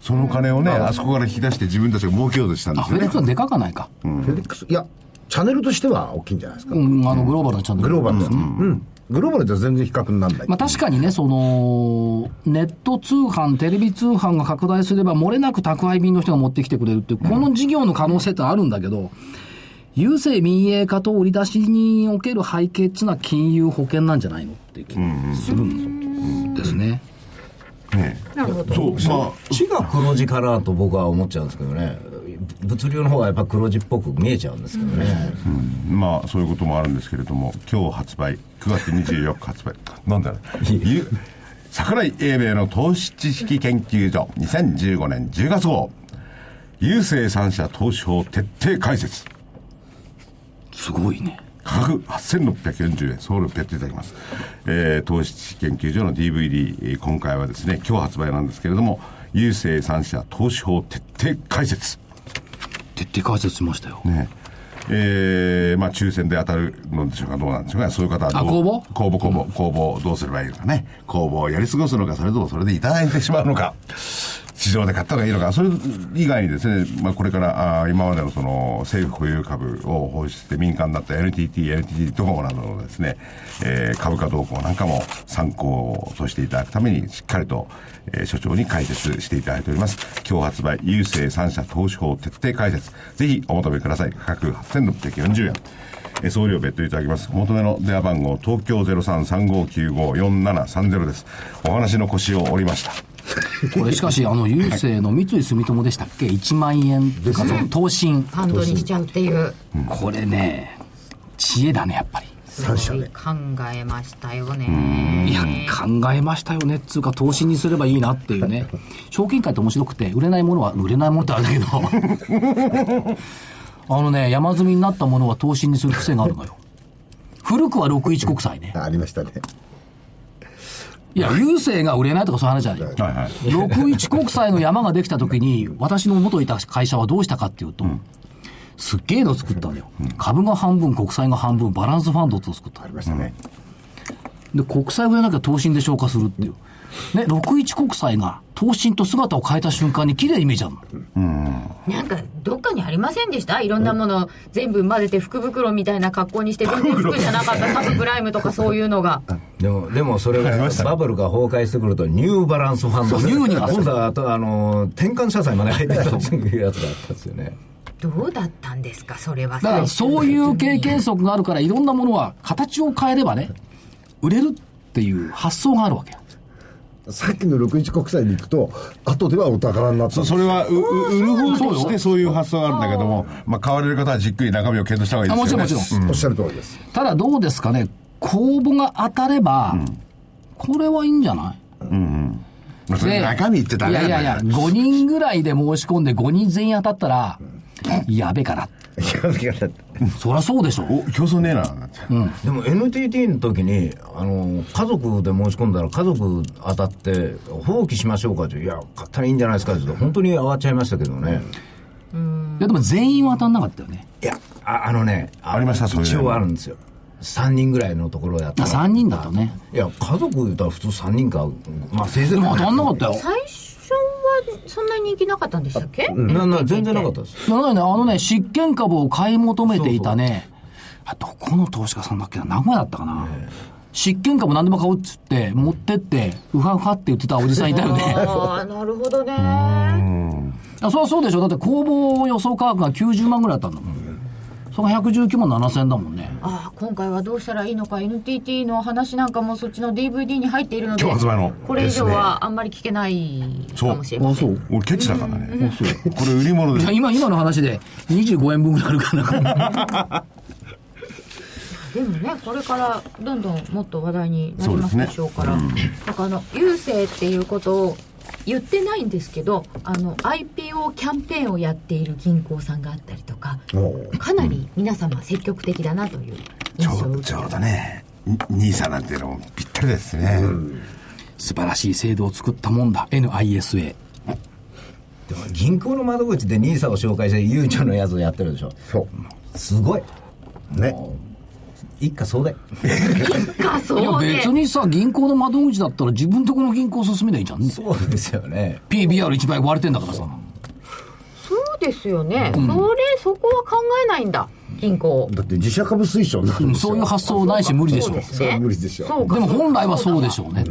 [SPEAKER 4] その金をね、あそこから引き出して自分たちが儲けようとしたんで
[SPEAKER 2] あ、
[SPEAKER 4] す
[SPEAKER 2] フェデッ
[SPEAKER 4] よね
[SPEAKER 2] クス。のでかかないか。
[SPEAKER 3] フェデックス、いや、チャンネルとしては大きいんじゃないですか。
[SPEAKER 2] うん、あの、グローバルのチャンネ
[SPEAKER 3] グ
[SPEAKER 2] ル。
[SPEAKER 3] ローバルですね。うん。グローバルじゃ全然比較にならない。
[SPEAKER 2] まあ、確かにね、その、ネット通販、テレビ通販が拡大すれば、漏れなく宅配便の人が持ってきてくれるっていう、この事業の可能性ってあるんだけど、郵政民営化と売り出しにおける背景っていうのは金融保険なんじゃないのっていう気がするんですね。
[SPEAKER 4] ね
[SPEAKER 1] なるほど。
[SPEAKER 4] そう、ま
[SPEAKER 6] こっちが黒字かなと僕は思っちゃうんですけどね物流の方がやっぱ黒字っぽく見えちゃうんですけどね、
[SPEAKER 4] あ、まあ、そういうこともあるんですけれども、今日発売、9月24日発売。なんだろう。ゆ桜井英明の投資知識研究所、2015年10月号。郵政三社投資法徹底解説。
[SPEAKER 2] すごいね。
[SPEAKER 4] 価格8640円、送料別途いただきます。えー、投資知識研究所の DVD、えー今回はですね、今日発売なんですけれども、郵政三社投資法徹底解説。
[SPEAKER 2] 徹底解説しましたよ。
[SPEAKER 4] ねえー、まあ抽選で当たるのでしょうか、どうなんでしょうか、そういう方はどう
[SPEAKER 2] あ公募
[SPEAKER 4] 公募、公募、公募、どうすればいいのかね。公募をやり過ごすのか、それともそれでいただいてしまうのか。市場で買った方がいいのか、それ以外にですね、まあこれから、あー今までのその政府保有株を放出して民間になった NTT、NTT ドコモなどのですね、えー株価動向なんかも参考としていただくために、しっかりと、えー所長に解説していただいております。今日発売、郵政三社投資法徹底解説。ぜひお求めください。価格8640円。えー送料別途いただきます。お求めの電話番号、東京0335954730です。お話の腰を折りました。
[SPEAKER 2] これしかし、あの、郵政の三井住友でしたっけ ?1 万円とか、その投資
[SPEAKER 1] ハンドにしちゃうっていう。
[SPEAKER 2] これね、知恵だね、やっぱり。
[SPEAKER 1] 三社で。考えましたよね。
[SPEAKER 2] いや、考えましたよねっつうか、投資にすればいいなっていうね。証券会って面白くて、売れないものは、売れないものってあれだけど、あのね、山積みになったものは投資にする癖があるのよ。古くは61国債ね。
[SPEAKER 3] ありましたね。
[SPEAKER 2] いや、郵政が売れないとかそういう話じゃないよ。
[SPEAKER 4] はいはい。
[SPEAKER 2] 61国債の山ができた時に、私の元いた会社はどうしたかっていうと、すっげえの作ったんだよ。株が半分、国債が半分、バランスファンドを作った。
[SPEAKER 3] ありましたね。
[SPEAKER 2] で、国債売れなきゃ投信で消化するっていう。ね、61国債が投信と姿を変えた瞬間に綺麗に見えちゃうの。
[SPEAKER 1] なんか、どっかにありませんでしたいろんなもの全部混ぜて福袋みたいな格好にして、全然服じゃなかったサブプライムとかそういうのが。
[SPEAKER 6] でもでもそれがバブルが崩壊してくるとニューバランスファンド
[SPEAKER 2] そうニューになる
[SPEAKER 6] 今度はあとあの転換社債まで入ってたっていうやつがあったんですよね
[SPEAKER 1] どうだったんですかそれは
[SPEAKER 2] だからそういう経験則があるから、いろんなものは形を変えればね、売れるっていう発想があるわけよ。
[SPEAKER 3] さっきの61国債に行くと、後ではお宝になった
[SPEAKER 4] そそれはうう売る方
[SPEAKER 2] そ
[SPEAKER 4] とし
[SPEAKER 2] うよ
[SPEAKER 4] てそういう発想があるんだけども、まあ、買われる方はじっくり中身を検討した方がいいですよね
[SPEAKER 2] あもちろんもちろ
[SPEAKER 3] おっしゃる通りです。
[SPEAKER 2] ただどうですかね、公募が当たれば、これはいいんじゃない
[SPEAKER 4] まあそれ中身言っちゃダメ
[SPEAKER 2] い
[SPEAKER 4] な
[SPEAKER 2] や
[SPEAKER 4] ん
[SPEAKER 2] い
[SPEAKER 4] だ
[SPEAKER 2] や
[SPEAKER 4] よ
[SPEAKER 2] いや、5人ぐらいで申し込んで5人全員当たったら、やべかな。
[SPEAKER 3] いやだって
[SPEAKER 2] そりゃそうでしょ。
[SPEAKER 4] お競争ねえななんて
[SPEAKER 6] でも NTT の時にあの家族で申し込んだら家族当たって放棄しましょうかっていや買ったらいいんじゃないですかって言って本当に慌っちゃいましたけどね
[SPEAKER 2] いやでも全員は当たんなかったよね。
[SPEAKER 6] いやああのねあ
[SPEAKER 4] ありましたそういうの
[SPEAKER 6] 一応あるんですよ3人ぐらいのところやった
[SPEAKER 2] あ
[SPEAKER 6] ら
[SPEAKER 2] 3人だとね。
[SPEAKER 6] いや家族言ったら普通3人かまあせいぜ
[SPEAKER 2] で
[SPEAKER 6] い
[SPEAKER 2] も当たんなかったよ。
[SPEAKER 1] 最初はそんなに人気なかったんでしたっけ
[SPEAKER 6] なな全然なかったです
[SPEAKER 2] いやなんかね、あのね、執権株を買い求めていたね、あどこの投資家さんだっけな、名古屋だったかな。執権株何でも買うっつって、持ってって、うはうはって言ってたおじさんいたよね。
[SPEAKER 1] ああなるほどね
[SPEAKER 2] いやそりゃそうでしょ。だって公募予想価格が90万ぐらいだったんだもん。それが119万7000円だもんね。
[SPEAKER 1] ああ今回はどうしたらいいのか NTT の話なんかもそっちの DVD に入っているので
[SPEAKER 4] 今日発売の
[SPEAKER 1] これ以上はあんまり聞けないかもしれません
[SPEAKER 4] そう俺ケチだからねこれ売り物で
[SPEAKER 2] いや
[SPEAKER 4] す
[SPEAKER 2] 今、今の話で25円分ぐらいあるかな。
[SPEAKER 1] でもねこれからどんどんもっと話題になります
[SPEAKER 4] そうですね
[SPEAKER 1] でしょうから
[SPEAKER 4] う
[SPEAKER 1] な
[SPEAKER 4] ん
[SPEAKER 1] んかあの郵政っていうことを言ってないんですけどあの IPO キャンペーンをやっている銀行さんがあったりとか
[SPEAKER 3] もう
[SPEAKER 1] かなり皆様積極的だなという印
[SPEAKER 4] ち
[SPEAKER 1] 象を
[SPEAKER 4] ょ
[SPEAKER 1] 受
[SPEAKER 4] う
[SPEAKER 1] け
[SPEAKER 4] ちょうどね兄さんなんていうのもぴったりですね
[SPEAKER 2] 素晴らしい制度を作ったもんだ。NISA。
[SPEAKER 6] でも銀行の窓口で NISA を紹介してゆうちょのやつをやってるでしょ
[SPEAKER 3] そう
[SPEAKER 6] すごい
[SPEAKER 3] ね
[SPEAKER 6] 一家総代
[SPEAKER 1] あ
[SPEAKER 2] いや
[SPEAKER 1] そうね
[SPEAKER 2] 別にさ、銀行の窓口だったら自分とこの銀行進めりゃいいじゃんね。
[SPEAKER 6] そうですよね
[SPEAKER 2] PBR1 倍割れてんだからさ。
[SPEAKER 1] そうですよね、それそこは考えないんだ銀行
[SPEAKER 3] だって自社株推奨になるんですよ
[SPEAKER 2] そういう発想ないし無理でしょ。
[SPEAKER 1] そう
[SPEAKER 2] で
[SPEAKER 1] です
[SPEAKER 3] それは
[SPEAKER 1] ね
[SPEAKER 3] 無理でしょ
[SPEAKER 1] そうか
[SPEAKER 2] も本来はそうでしょうね。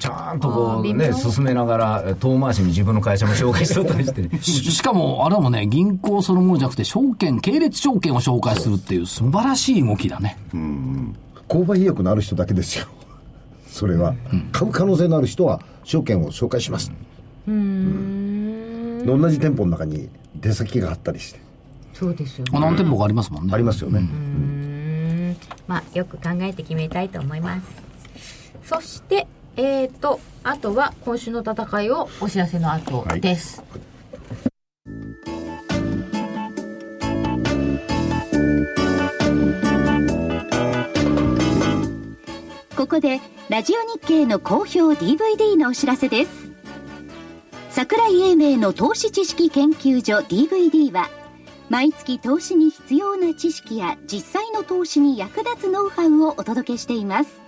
[SPEAKER 6] ちゃんとこうね進めながら遠回しに自分の会社も紹介しとったりしてね
[SPEAKER 2] ししかも、あれだもんね、銀行そのものじゃなくて、証券、系列証券を紹介するっていう素晴らしい動きだね。
[SPEAKER 3] 購買意欲のある人だけですよそれは、買う可能性のある人は証券を紹介しますうん同じ店舗の中に出先があったりして
[SPEAKER 1] そうですよね
[SPEAKER 2] 何店舗かありますもんね。
[SPEAKER 3] ありますよね、
[SPEAKER 1] まあよく考えて決めたいと思いますそしてえーとあとは今週の戦いをお知らせの後です、
[SPEAKER 7] ここでラジオ日経の好評 DVD のお知らせです桜井英明の投資知識研究所 DVD は毎月投資に必要な知識や実際の投資に役立つノウハウをお届けしています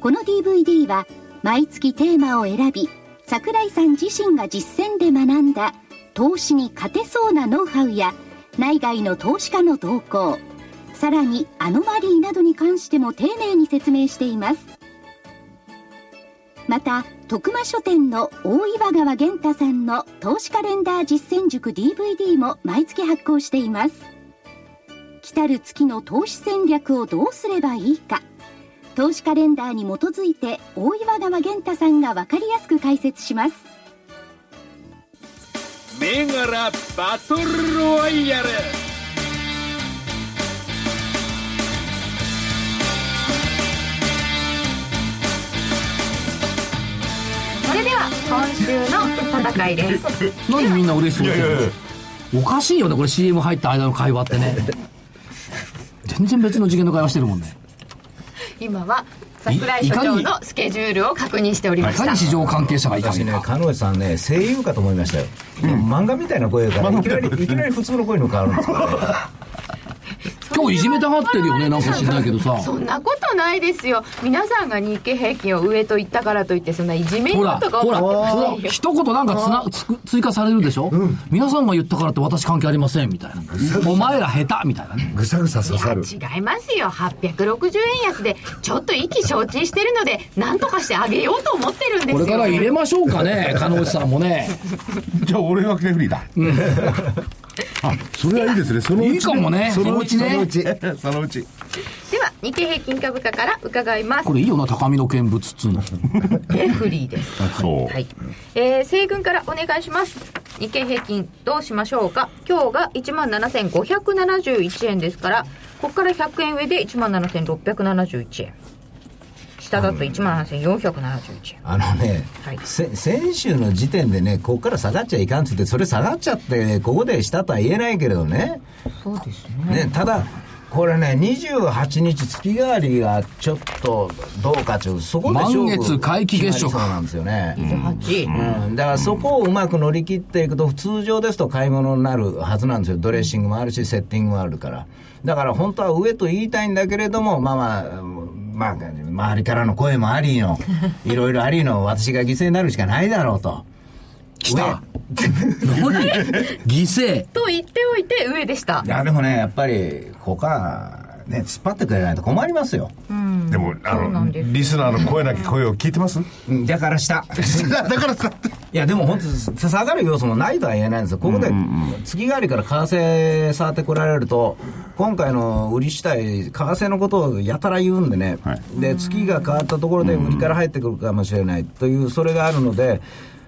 [SPEAKER 7] この DVD は毎月テーマを選び桜井さん自身が実践で学んだ投資に勝てそうなノウハウや内外の投資家の動向さらにアノマリーなどに関しても丁寧に説明していますまた徳間書店の大岩川源太さんの投資カレンダー実践塾 DVD も毎月発行しています来たる月の投資戦略をどうすればいいか投資カレンダーに基づいて大岩川源太さんが分かりやすく解説します
[SPEAKER 8] 銘柄バトルロワイヤル
[SPEAKER 1] それでは今週の戦いです
[SPEAKER 2] 何みんな嬉しそうにしてるん
[SPEAKER 4] い
[SPEAKER 2] で
[SPEAKER 4] や
[SPEAKER 2] すおかしいよね、これ CM 入った間の会話ってね。全然別の次元の会話してるもんね。
[SPEAKER 1] 今は桜井所長のスケジュールを確認しておりま
[SPEAKER 2] い
[SPEAKER 1] し
[SPEAKER 2] か
[SPEAKER 1] た
[SPEAKER 2] に市場関係者がいか
[SPEAKER 6] 私
[SPEAKER 2] に
[SPEAKER 6] ね
[SPEAKER 2] か。
[SPEAKER 6] 彼女さんね声優かと思いましたよ、漫画みたいな声からいきなりいきなり普通の声に変わるんですよね
[SPEAKER 2] 今日いじめたがってるよね、なんか知んないけどさ。
[SPEAKER 1] そんなことないですよ皆さんが日経平均を上と言ったからといってそんないじめよ
[SPEAKER 2] ほ
[SPEAKER 1] う
[SPEAKER 2] ら、
[SPEAKER 1] とか思
[SPEAKER 2] ほら、
[SPEAKER 1] って
[SPEAKER 2] ほ
[SPEAKER 1] ま
[SPEAKER 2] ら
[SPEAKER 1] すよ
[SPEAKER 2] 一言なんかつなつく追加されるでしょ皆さんが言ったからって私関係ありません、みたいな。お前ら下手みたいなね。
[SPEAKER 3] ぐさぐさ刺さる
[SPEAKER 1] 違いますよ860円安でちょっと意気消沈してるので何とかしてあげようと思ってるんです
[SPEAKER 2] こ
[SPEAKER 1] よ
[SPEAKER 2] れから入れましょうかね、 鹿野内さんもね。
[SPEAKER 4] じゃあ俺がクレフリーだ あそれはいいですねそのうちね
[SPEAKER 2] いいかもね
[SPEAKER 4] そのうち
[SPEAKER 2] そ
[SPEAKER 4] そ
[SPEAKER 2] の
[SPEAKER 4] の
[SPEAKER 2] う
[SPEAKER 4] うち そのうち
[SPEAKER 1] では日経平均株価から伺います
[SPEAKER 2] これいいよな、高みの見物っつうの。
[SPEAKER 1] レフリーです
[SPEAKER 4] そう
[SPEAKER 1] はい、えー、西軍からお願いします日経平均どうしましょうか今日が1万7571円ですからここから100円上で1万7671円下だと1万8471円。
[SPEAKER 6] あのね、
[SPEAKER 1] はい
[SPEAKER 6] せ先週の時点でね、ここから下がっちゃいかんっつって、それ下がっちゃって、ここでしたとは言えないけれどね、
[SPEAKER 5] そうですね。
[SPEAKER 6] ねただ、これね、28日、月替わりがちょっとどうかという、そこで勝負
[SPEAKER 2] 満月皆既月食
[SPEAKER 6] 決まりそうなんですよね。
[SPEAKER 1] 8。
[SPEAKER 6] うん、だからそこをうまく乗り切っていくと、通常ですと買い物になるはずなんですよ、ドレッシングもあるし、セッティングもあるから、だから本当は上と言いたいんだけれども、まあまあ、まあ、周りからの声もあり の、いろいろありの、私が犠牲になるしかないだろうと。
[SPEAKER 2] 来た何犠牲
[SPEAKER 1] と言っておいて上でした
[SPEAKER 6] い。や、でもね、やっぱり、ここは、ね、突っ張ってくれないと困りますよ。
[SPEAKER 4] でもあのリスナーの声なき声を聞いてます
[SPEAKER 6] だから下。 だから下。いや、でも本当下がる要素もないとは言えないんですよ。ここで、月替わりから為替触ってこられると、今回の売り主体、為替のことをやたら言うんでね、
[SPEAKER 4] はい
[SPEAKER 6] で、月が変わったところで売りから入ってくるかもしれないという、それがあるので、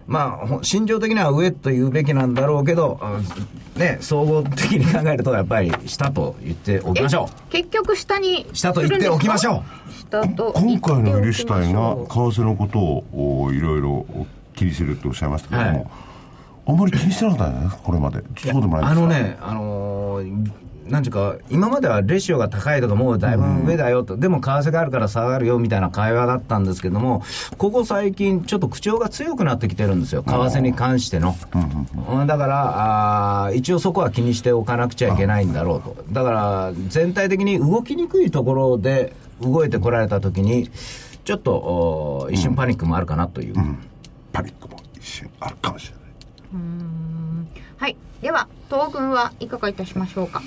[SPEAKER 6] まあ、ほ心情的には上と言うべきなんだろうけど、うんね、総合的に考えると、やっぱり下と言っておきましょう。
[SPEAKER 1] 結局下に。
[SPEAKER 6] 下と言っておきましょ
[SPEAKER 1] う。下と言
[SPEAKER 4] 今
[SPEAKER 1] っておきましょう。
[SPEAKER 4] 回の売り主体が為替のことをおいろいろ気にするっておっしゃいましたけども、
[SPEAKER 6] はい
[SPEAKER 4] あんまり気にしてなかったんじゃないですかこれまでそうでもないで
[SPEAKER 6] あ
[SPEAKER 4] すか
[SPEAKER 6] のね、あのーなんていうか、今まではレシオが高いとか、もうだいぶ上だよと、でも為替があるから下がるよみたいな会話だったんですけども、ここ最近、ちょっと口調が強くなってきてるんですよ、為替に関しての。うんだからあー、一応そこは気にしておかなくちゃいけないんだろうと、だから全体的に動きにくいところで動いてこられたときに、ちょっとおー一瞬パニックもあるかなという。
[SPEAKER 4] パニックも一瞬あるかもしれない
[SPEAKER 1] はい。では、東軍はいかがいたしましょうか。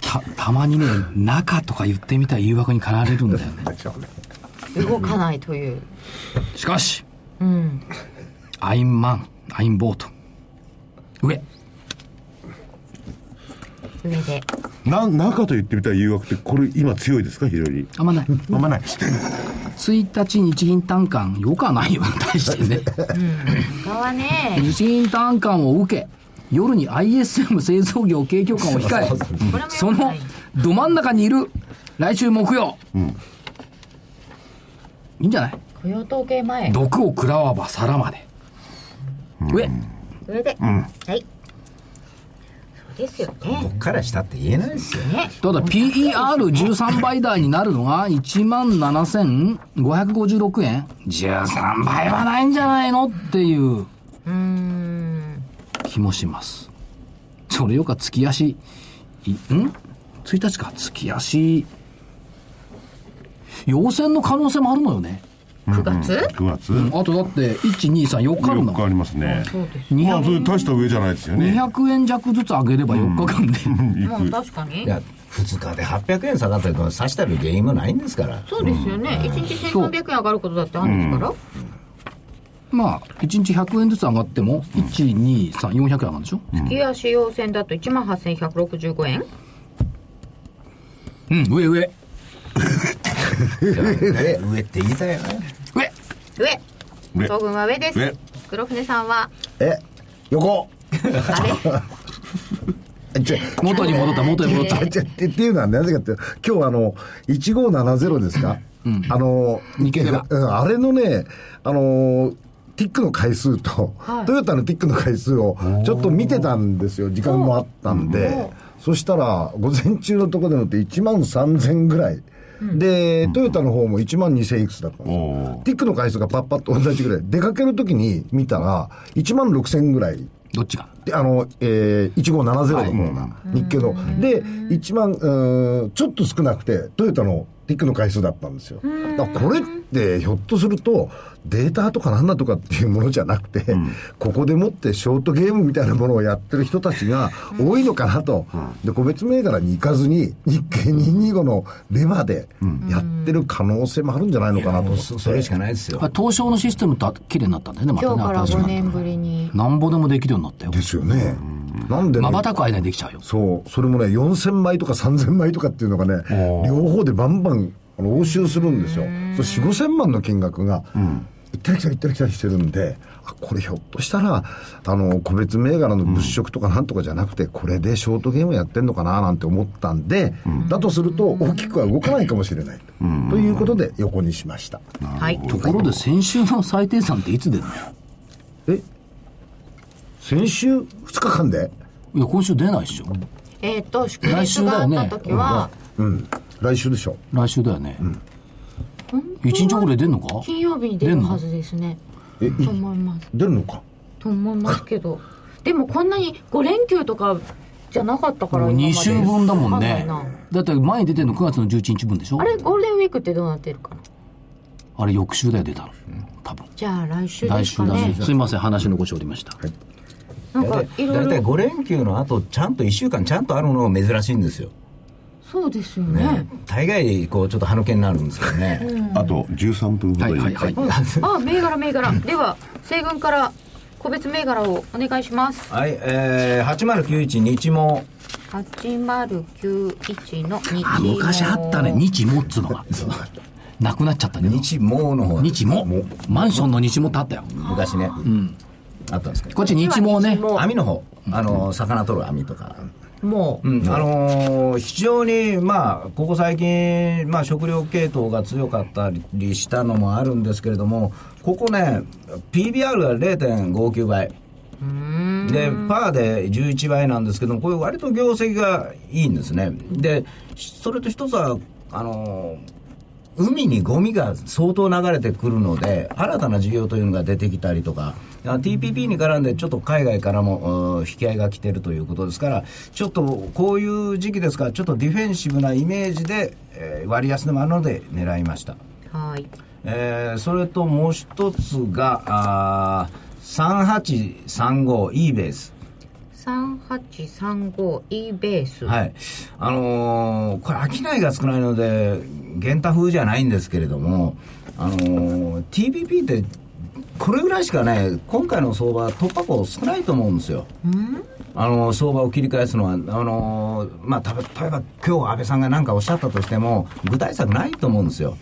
[SPEAKER 2] たたまにね中とか言ってみたら誘惑に駆られるんだよね
[SPEAKER 1] 動かないという。
[SPEAKER 2] しかし
[SPEAKER 1] うん。
[SPEAKER 2] アインマンアインボート上
[SPEAKER 1] 上で。
[SPEAKER 4] な中と言ってみたら誘惑ってこれ今強いですか非常に
[SPEAKER 2] あんまない
[SPEAKER 4] あんまない
[SPEAKER 2] 1日日銀短観よかないよ対して ね
[SPEAKER 1] 他はね、
[SPEAKER 2] 日銀短観を受け夜に ISM 製造業景況感を控え
[SPEAKER 1] これも
[SPEAKER 2] そ
[SPEAKER 1] 良く
[SPEAKER 2] の
[SPEAKER 1] ない
[SPEAKER 2] ど真ん中にいる来週木曜、いいんじゃない
[SPEAKER 1] 雇用統計前。
[SPEAKER 2] 毒を食らわば皿まで、上
[SPEAKER 1] 上で。はい。そうですよ
[SPEAKER 6] こ
[SPEAKER 1] ね。
[SPEAKER 6] っから下って言えないですよ。
[SPEAKER 1] ね。
[SPEAKER 2] ただ PER13 倍台になるのが17,556円13倍はないんじゃないのっていう
[SPEAKER 1] うーん。
[SPEAKER 2] 気もしますそれよか月足いん ?1 日か月足陽線の可能性もあるのよね
[SPEAKER 1] 9月
[SPEAKER 4] 9月、
[SPEAKER 2] あとだって1234日あるんだ
[SPEAKER 4] よく
[SPEAKER 2] も
[SPEAKER 4] あ
[SPEAKER 2] ん
[SPEAKER 4] りますね
[SPEAKER 2] 200
[SPEAKER 4] まあそれ大した上じゃないですよね
[SPEAKER 2] 200円弱ずつ上げれば4日間で、
[SPEAKER 4] 行
[SPEAKER 1] も
[SPEAKER 4] く
[SPEAKER 1] う確かに
[SPEAKER 6] い。や、2日で800円下がったりとか、差したる原因もないんですから。
[SPEAKER 1] そうですよね。1日1300円上がることだってあるんですから。
[SPEAKER 2] まあ1日100円ずつ上がっても123400円上がるでしょ
[SPEAKER 1] 月足要線だと1万8165円
[SPEAKER 2] うん上上
[SPEAKER 6] ね上って言いたいよね。
[SPEAKER 2] 上
[SPEAKER 1] 上
[SPEAKER 4] 上
[SPEAKER 1] 東軍は上です
[SPEAKER 4] 上
[SPEAKER 1] 黒船さんは
[SPEAKER 3] え横
[SPEAKER 1] あれ
[SPEAKER 3] えちょ
[SPEAKER 2] 元に戻った元に戻った
[SPEAKER 3] あちょ ってっていうのはなぜかっていうと今日あの1570ですか、あの
[SPEAKER 2] 日経が
[SPEAKER 3] うんあれのねあのティックの回数と、
[SPEAKER 1] はい
[SPEAKER 3] トヨタのティックの回数をちょっと見てたんですよ時間もあったんで、そしたら午前中のとこでのって1万3000ぐらい、でトヨタの方も1万2000いくつだったんですよ
[SPEAKER 4] おー
[SPEAKER 3] ティックの回数がパッパッと同じぐらい出かけるときに見たら1万6000ぐらい
[SPEAKER 2] どっちが
[SPEAKER 3] で、あの、えー、1570の方が、日経の。で、1万、うーんちょっと少なくて、トヨタのティックの回数だったんですよ。だからこれって、ひょっとすると、データとかなんだとかっていうものじゃなくて、ここでもってショートゲームみたいなものをやってる人たちが多いのかなと。で、個別銘柄に行かずに、日経225のレバーでやってる可能性もあるんじゃないのかなと思って。
[SPEAKER 6] そそれしかないですよ。
[SPEAKER 2] 東証のシステムと綺麗になったんだよねまた
[SPEAKER 1] 今
[SPEAKER 2] ね
[SPEAKER 1] 日か
[SPEAKER 2] 新
[SPEAKER 1] ら
[SPEAKER 2] しく
[SPEAKER 1] 5
[SPEAKER 2] なった
[SPEAKER 1] 年ぶりに
[SPEAKER 2] なんぼでもできるようになったよ
[SPEAKER 3] ですよね。なんでね
[SPEAKER 2] まばたく間にできちゃうよ
[SPEAKER 3] そう、それもね、4000枚とか3000枚とかっていうのがね、両方でバンバンあの押収するんですよ。そう4、5000万の金額が、行ったり来たり行ったり来たりしてるんで、あこれひょっとしたら、あの、個別銘柄の物色とかなんとかじゃなくて、これでショートゲームやってんのかななんて思ったんで、だとすると大きくは動かないかもしれない。ということで横にしました。
[SPEAKER 1] はい。
[SPEAKER 2] ところで先週の最低算っていつ出るのよ
[SPEAKER 3] え先週2日間で
[SPEAKER 2] いや今週出ないでしょ
[SPEAKER 1] えっ、と、祝
[SPEAKER 2] 来
[SPEAKER 1] 日
[SPEAKER 2] 週
[SPEAKER 1] が
[SPEAKER 2] だ
[SPEAKER 1] あ
[SPEAKER 2] よ
[SPEAKER 1] っ
[SPEAKER 2] ね
[SPEAKER 1] た時は、
[SPEAKER 3] うん。来週でしょ。
[SPEAKER 2] 来週だよね、一1日遅れ出んのか
[SPEAKER 1] 金曜日に出るはずですね。
[SPEAKER 3] え、い
[SPEAKER 1] と思います。
[SPEAKER 3] 出るのか
[SPEAKER 1] と思いますけど。でもこんなに5連休とかじゃなかったから
[SPEAKER 2] もう
[SPEAKER 1] 今まで
[SPEAKER 2] 2週分だもん
[SPEAKER 1] わか
[SPEAKER 2] ね
[SPEAKER 1] ないな
[SPEAKER 2] だって前に出てんの9月の11日分でしょ
[SPEAKER 1] あれ、ゴールデンウィークってどうなってるかな
[SPEAKER 2] あれ翌週だよ出たの多分
[SPEAKER 1] じゃあ来週で
[SPEAKER 2] 来
[SPEAKER 1] す
[SPEAKER 2] 週
[SPEAKER 1] か
[SPEAKER 2] だね
[SPEAKER 1] ね。
[SPEAKER 2] すいません話のごちおりました、
[SPEAKER 1] なんか
[SPEAKER 6] 大
[SPEAKER 1] い
[SPEAKER 6] 体
[SPEAKER 1] ろ
[SPEAKER 6] 大
[SPEAKER 1] い
[SPEAKER 6] 体
[SPEAKER 1] ろ。
[SPEAKER 6] 5連休の後ちゃんと1週間ちゃんとあるのが珍しいんですよ、
[SPEAKER 1] そうですよね。
[SPEAKER 6] 大概こうちょっと歯抜けになるんですけどね、
[SPEAKER 4] あと13分ほどに
[SPEAKER 2] はいはいはい
[SPEAKER 1] あ、銘柄銘柄。では、西軍から個別銘柄をお願いします。
[SPEAKER 6] はいえー、8091日も
[SPEAKER 1] 8091の日
[SPEAKER 2] あ昔あったね日もっつうのがなくなっちゃったけど
[SPEAKER 6] 日もの方
[SPEAKER 2] 日もマンションの日もってあったよ
[SPEAKER 6] 昔ね、あったんですけど
[SPEAKER 2] こっち日もね
[SPEAKER 6] 網の方あの魚取る網とか、
[SPEAKER 1] もう、
[SPEAKER 6] うんあのー非常に、まあ、ここ最近、まあ、食料系統が強かったりしたのもあるんですけれども、ここね、PBR が0.59倍。で、パーで11倍なんですけども、これ割と業績がいいんですね。で、それと一つは、あのー海にゴミが相当流れてくるので新たな事業というのが出てきたりとかあ TPP に絡んでちょっと海外からもうん引き合いが来てるということですからちょっとこういう時期ですからちょっとディフェンシブなイメージで、えー割安でもあるので狙いました、
[SPEAKER 1] はい。
[SPEAKER 6] えーそれともう一つがあー3835イーベース
[SPEAKER 1] 3835 e ベース。
[SPEAKER 6] はい。あのーこれ商いが少ないので、現太風じゃないんですけれども、あのー TPP って、これぐらいしかね、今回の相場、突破口少ないと思うんですよ。あのー相場を切り返すのは、あのーまあ、たぶ例えば今日安倍さんが何かおっしゃったとしても、具体策ないと思うんですよ。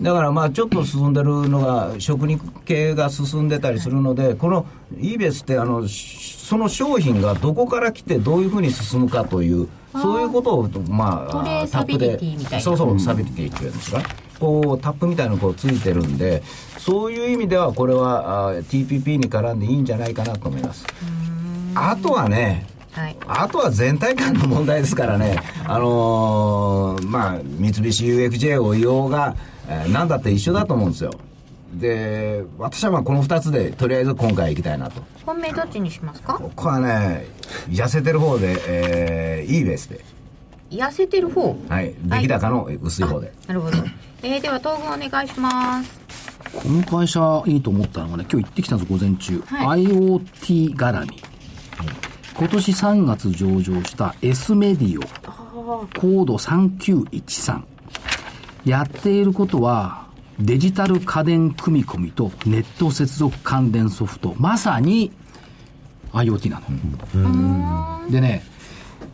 [SPEAKER 6] だからまあちょっと進んでるのが、食肉系が進んでたりするので、このイーベスってあの、しその商品がどこから来て、どういうふうに進むかという、そういうことを、まあ、
[SPEAKER 1] トレーサビリティみたいな
[SPEAKER 6] そうそう、サビリティっていうんですか。こう、タップみたいなのこうついてるんで、そういう意味ではこれはあ TPP に絡んでいいんじゃないかなと思います。あとはね、
[SPEAKER 1] はい。
[SPEAKER 6] あとは全体感の問題ですからね、あのーまあ、三菱 UFJ を言おうが、えー何だって一緒だと思うんですよ。で、私はまあこの2つで、とりあえず今回行きたいなと。
[SPEAKER 1] 本命どっちにしますか
[SPEAKER 6] ここはね、痩せてる方で、えーいいベースで。
[SPEAKER 1] 痩せてる方。
[SPEAKER 6] はい。出来高の薄い方で。
[SPEAKER 1] なるほど。えー、では、東軍お願いします。
[SPEAKER 2] この会社いいと思ったのがね今日行ってきたんです午前中、
[SPEAKER 1] は
[SPEAKER 2] IoT 絡み今年3月上場した S メディオコード3913やっていることはデジタル家電組み込みとネット接続関連ソフトまさに IoT なのでね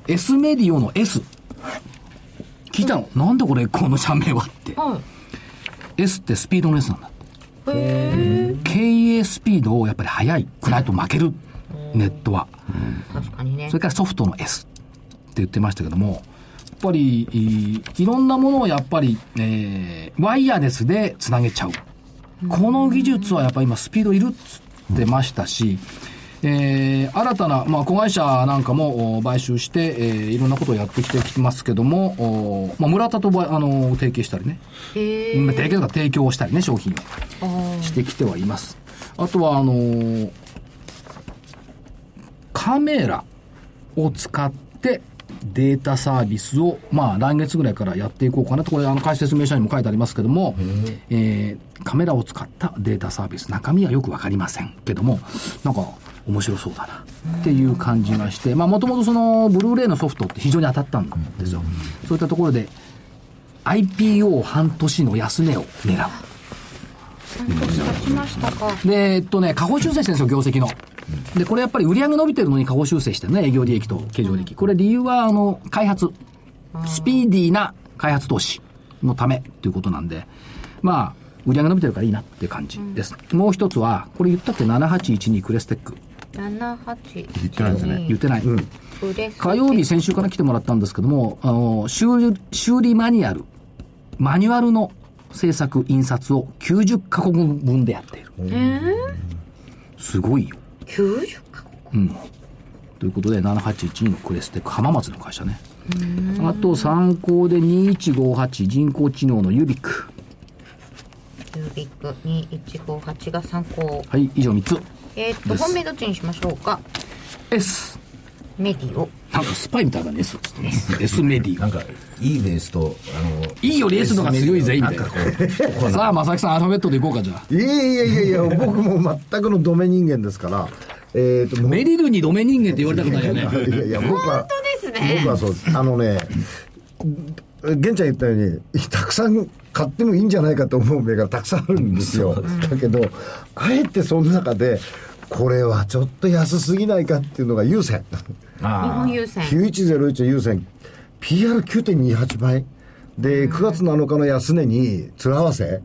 [SPEAKER 2] S メディオの S 聞いたの、なんでこれこの社名はって、
[SPEAKER 1] は
[SPEAKER 2] S ってスピードの S なんだ
[SPEAKER 1] い。へー。
[SPEAKER 2] 経営スピードをやっぱり速いくないと負けるネットは、
[SPEAKER 1] 確かにね
[SPEAKER 2] そ。れからソフトの S って言ってましたけどもやっぱりいいろんなものをやっぱり、えーワイヤレスでつなげちゃうこの技術はやっぱり今スピードいるっつってましたし、えー新たな、まあ、子会社なんかもお買収して、えーいろんなことをやってきてきますけども、おまあ、村田とばあの提携したりね、
[SPEAKER 1] へー。
[SPEAKER 2] 今提携とか提供したりね商品をしてきてはいますあとはあのーカメラを使ってデータサービスを、まあ、来月ぐらいからやっていこうかなと、これ、あの、会社説明書にも書いてありますけども、えーカメラを使ったデータサービス、中身はよくわかりませんけども、なんか、面白そうだな、っていう感じがして、まあ、もともとその、ブルーレイのソフトって非常に当たったんですよ。そういったところで、IPO 半年の安値を狙う。
[SPEAKER 1] 立ちましたか。
[SPEAKER 2] で、えっとね、下方修正してるんですよ、業績の。で、これやっぱり売り上げ伸びてるのに下方修正してるね、営業利益と経常利益。これ理由は、あの、開発。スピーディーな開発投資のためということなんで、まあ、売り上げ伸びてるからいいなっていう感じです。もう一つは、これ言ったっけ ?7812 クレステック。
[SPEAKER 1] 七八
[SPEAKER 4] 言ってないですね
[SPEAKER 2] 言ってない。火
[SPEAKER 1] 火
[SPEAKER 2] 曜日、先週から来てもらったんですけども、あの、修理、修理マニュアル、マニュアルの制作、印刷を90カ国分でやっている。すごいよ。
[SPEAKER 1] 九十か国
[SPEAKER 2] ということで、7812のクレステック、浜松の会社ね。あと、参考で2158、人工知能のユビック。
[SPEAKER 1] ユービック二一五八が参考
[SPEAKER 2] はい、以上3つ。
[SPEAKER 1] えーっと本命どっちにしましょうか
[SPEAKER 2] S。
[SPEAKER 1] メディオ
[SPEAKER 2] なんかスパイみたいだね、S っつってね。S メディ
[SPEAKER 6] な
[SPEAKER 2] ア
[SPEAKER 6] ん。かいいですとあの
[SPEAKER 2] いいより S の方が強いぜ、みたい
[SPEAKER 6] んかこ
[SPEAKER 2] な。さあ、正木さん、アルファベットでいこうか、じゃあ。
[SPEAKER 3] いやいやいやいや、僕も全くのドメ人間ですから、えっ、と、もう
[SPEAKER 2] メリルにドメ人間って言われたくないよね。
[SPEAKER 3] いやいや、僕は、僕はそうです。あのね、玄ちゃん言ったように、たくさん買ってもいいんじゃないかと思う銘柄たくさんあるんですよ。だけど、あえてその中で、これはちょっと安すぎないかっていうのが優先。
[SPEAKER 1] 日本郵船
[SPEAKER 3] 9101優先 PR9.28 倍で9月7日の安値に面合わせ、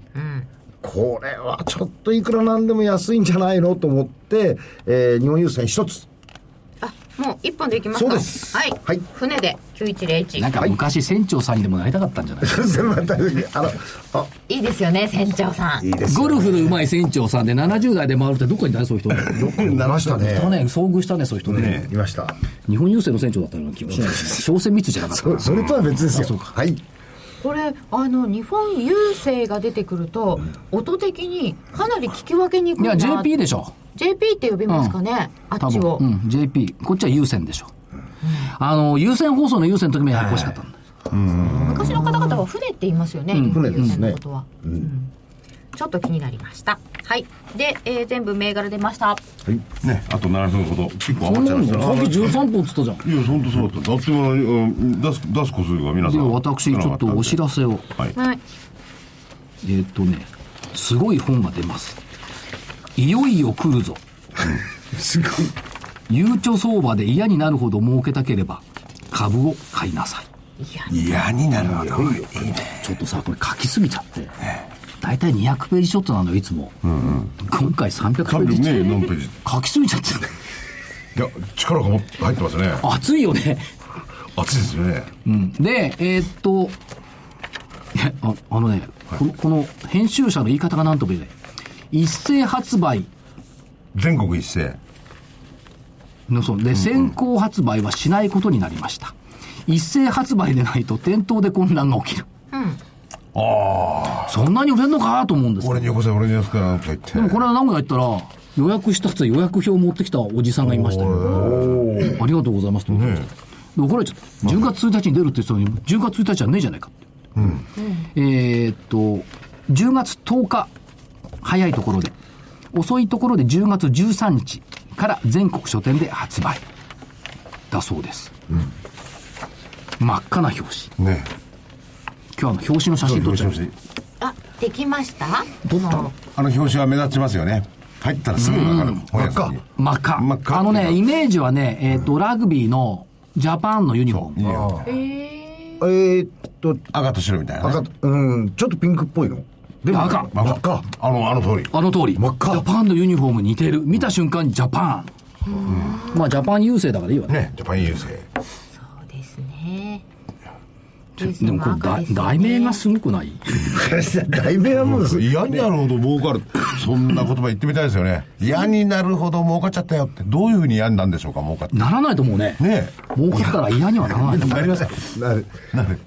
[SPEAKER 3] これはちょっといくらなんでも安いんじゃないのと思って、えー日本郵船一つ
[SPEAKER 1] あもう一本でいきますか
[SPEAKER 3] そうです
[SPEAKER 1] はい、
[SPEAKER 3] はい
[SPEAKER 1] 船で九一零一
[SPEAKER 2] なんか昔、船長さんにでもなりたかったんじゃない
[SPEAKER 3] 全部当たり前あのあ
[SPEAKER 1] いいですよね船長さん
[SPEAKER 3] いいです
[SPEAKER 2] ゴ
[SPEAKER 3] よ
[SPEAKER 2] ルフの上手い船長さんで70代で回るってどっかにいたね、 そういう人。
[SPEAKER 3] どこに鳴らし
[SPEAKER 2] だ
[SPEAKER 3] たね
[SPEAKER 2] ね、遭遇したね、そういう人ね。
[SPEAKER 3] いました
[SPEAKER 2] 日本郵政の船長だったような気もしないですね。商船密じゃなかった
[SPEAKER 3] そそれとは別ですよ、はい
[SPEAKER 5] これあの日本郵政が出てくると音的にかなり聞き分けにくい
[SPEAKER 2] い
[SPEAKER 5] な
[SPEAKER 2] や、JP でしょ。
[SPEAKER 5] JP って呼びますかね、あ
[SPEAKER 2] 多
[SPEAKER 5] っち
[SPEAKER 2] 分。
[SPEAKER 5] を、
[SPEAKER 2] うん、JP。こっちは優先でしょ。あの、優先放送の優先の時もややこしかったんだ。
[SPEAKER 1] 昔の方々は船って言いますよね、日本
[SPEAKER 3] 船ですね
[SPEAKER 1] 郵船のことは、うんちょっと気になりましたはいで、えー全部銘柄出ました
[SPEAKER 4] ね、あと7分ほど結構
[SPEAKER 2] そん
[SPEAKER 4] 余っち
[SPEAKER 2] な
[SPEAKER 4] ゃい
[SPEAKER 2] のさ
[SPEAKER 4] ました
[SPEAKER 2] っ
[SPEAKER 4] ね
[SPEAKER 2] き13分っつったじゃん。
[SPEAKER 4] いや本当そうだっただってもうん出す出す個数が皆
[SPEAKER 2] で
[SPEAKER 4] さん
[SPEAKER 2] は私、ちょっとお知らせを。
[SPEAKER 4] はい
[SPEAKER 1] はい
[SPEAKER 2] えっとね、すごい本が出ます。いよいよ来るぞ。
[SPEAKER 3] すごい
[SPEAKER 2] ゆうちょ相場で嫌になるほど儲けたければ、株を買いなさい。
[SPEAKER 4] 嫌になるわ
[SPEAKER 2] ちょっとさ、これ書きすぎちゃって。大体200ページちょっとなのよ、いつも。今回300ペ
[SPEAKER 4] 3
[SPEAKER 2] ージち
[SPEAKER 4] 0
[SPEAKER 2] ょ
[SPEAKER 4] ね
[SPEAKER 2] っ
[SPEAKER 4] 何ページい
[SPEAKER 2] と書きすぎちゃって。
[SPEAKER 4] や力がもっと入ってますね
[SPEAKER 2] 熱いよね。
[SPEAKER 4] 熱いですよね
[SPEAKER 2] うんで、えーっと、 いやああのね、この、この編集者の言い方がなんとも言えない。一斉発売
[SPEAKER 4] 全国一斉
[SPEAKER 2] のそうで、先行発売はしないことになりました。一斉発売でないと店頭で混乱が起きる。そんなに売れんのかと思うんですけど
[SPEAKER 4] 俺によこせ俺によこせなんか言って
[SPEAKER 2] でもこれは名古屋行ったら、予約したつ予約表を持ってきたおじさんがいましたよ。ありがとうございますと。で怒られちゃった。10月1日に出るって言ってたのに、10月1日はねえじゃないかって。えーっと、10月10日、早いところで。遅いところで10月13日から全国書店で発売。だそうです。真っ赤な表紙。
[SPEAKER 4] ね
[SPEAKER 2] 今日あの表紙の写真撮っちゃいました。
[SPEAKER 1] あできました
[SPEAKER 2] どんなの
[SPEAKER 4] あの表紙は目立ちますよね入ったらすぐ分かる本屋さんに
[SPEAKER 2] 真っ赤。
[SPEAKER 4] 真っ赤
[SPEAKER 2] あの
[SPEAKER 4] って
[SPEAKER 2] ね、
[SPEAKER 4] いうか
[SPEAKER 2] イメージはね、えっ、と、ラグビーのジャパンのユニフォーム。
[SPEAKER 3] えー、っと
[SPEAKER 4] 赤と白みたいなね
[SPEAKER 3] 赤うんちょっとピンクっぽいのでも
[SPEAKER 2] 赤
[SPEAKER 4] 真っ赤あのあの通り
[SPEAKER 2] あの通り。
[SPEAKER 3] 真っ赤
[SPEAKER 2] ジャパンのユニフォーム似てる。見た瞬間、ジャパン。まあ、ジャパン優勢だからいいわね。
[SPEAKER 4] ねジャパン郵政
[SPEAKER 1] そうですね
[SPEAKER 2] でもこれだ、題名がすごくない
[SPEAKER 3] 題名はもうす
[SPEAKER 4] 嫌になるほど儲かるそんな言葉言ってみたいですよね嫌になるほど儲かっちゃったよってどういうふうに嫌になるんでしょうか儲かって
[SPEAKER 2] ならないと思うね。
[SPEAKER 4] ね
[SPEAKER 2] 儲かったら嫌にはならないと思
[SPEAKER 4] なりません
[SPEAKER 3] なる
[SPEAKER 4] なる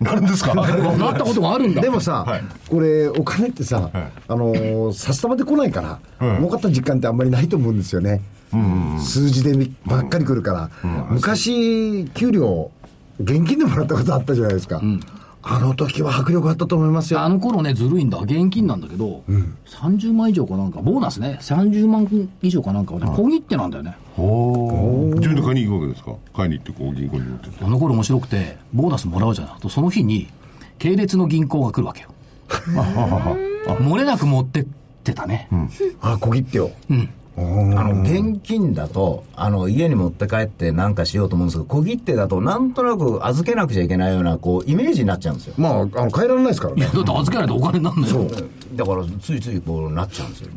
[SPEAKER 4] なるん ですか
[SPEAKER 2] う。なったことがあるんだ。
[SPEAKER 3] でもさ、
[SPEAKER 4] はい
[SPEAKER 3] これお金ってさ、あのー、さすたまで来ないから、
[SPEAKER 4] うん
[SPEAKER 3] 儲かった実感ってあんまりないと思うんですよね、数字でみばっかり来るから、昔給料現金でもらったことあったじゃないですか、あの時は迫力あったと思います
[SPEAKER 2] あ
[SPEAKER 3] よ
[SPEAKER 2] の頃ね、ずるいんだ。現金なんだけど、30万以上かなんか、ボーナスね、30万以上かなんかはね、小切手なんだよね。
[SPEAKER 4] お自分で買いに行くわけですか買いに行ってこう銀行に持ってって
[SPEAKER 2] あの頃面白くて、ボーナスもらうじゃない。とその日に、系列の銀行が来るわ けよ。漏れなく持ってってたね。
[SPEAKER 3] あ小切手を、
[SPEAKER 2] うん。
[SPEAKER 6] あの現金だとあの家に持って帰ってなんかしようと思うんですけど小切手だとなんとなく預けなくちゃいけないようなこうイメージになっちゃうんですよ
[SPEAKER 3] まあ、あの、変えられないですからね。
[SPEAKER 2] だって預けないとお金になんないよ
[SPEAKER 6] だからついついこうなっちゃうんですよ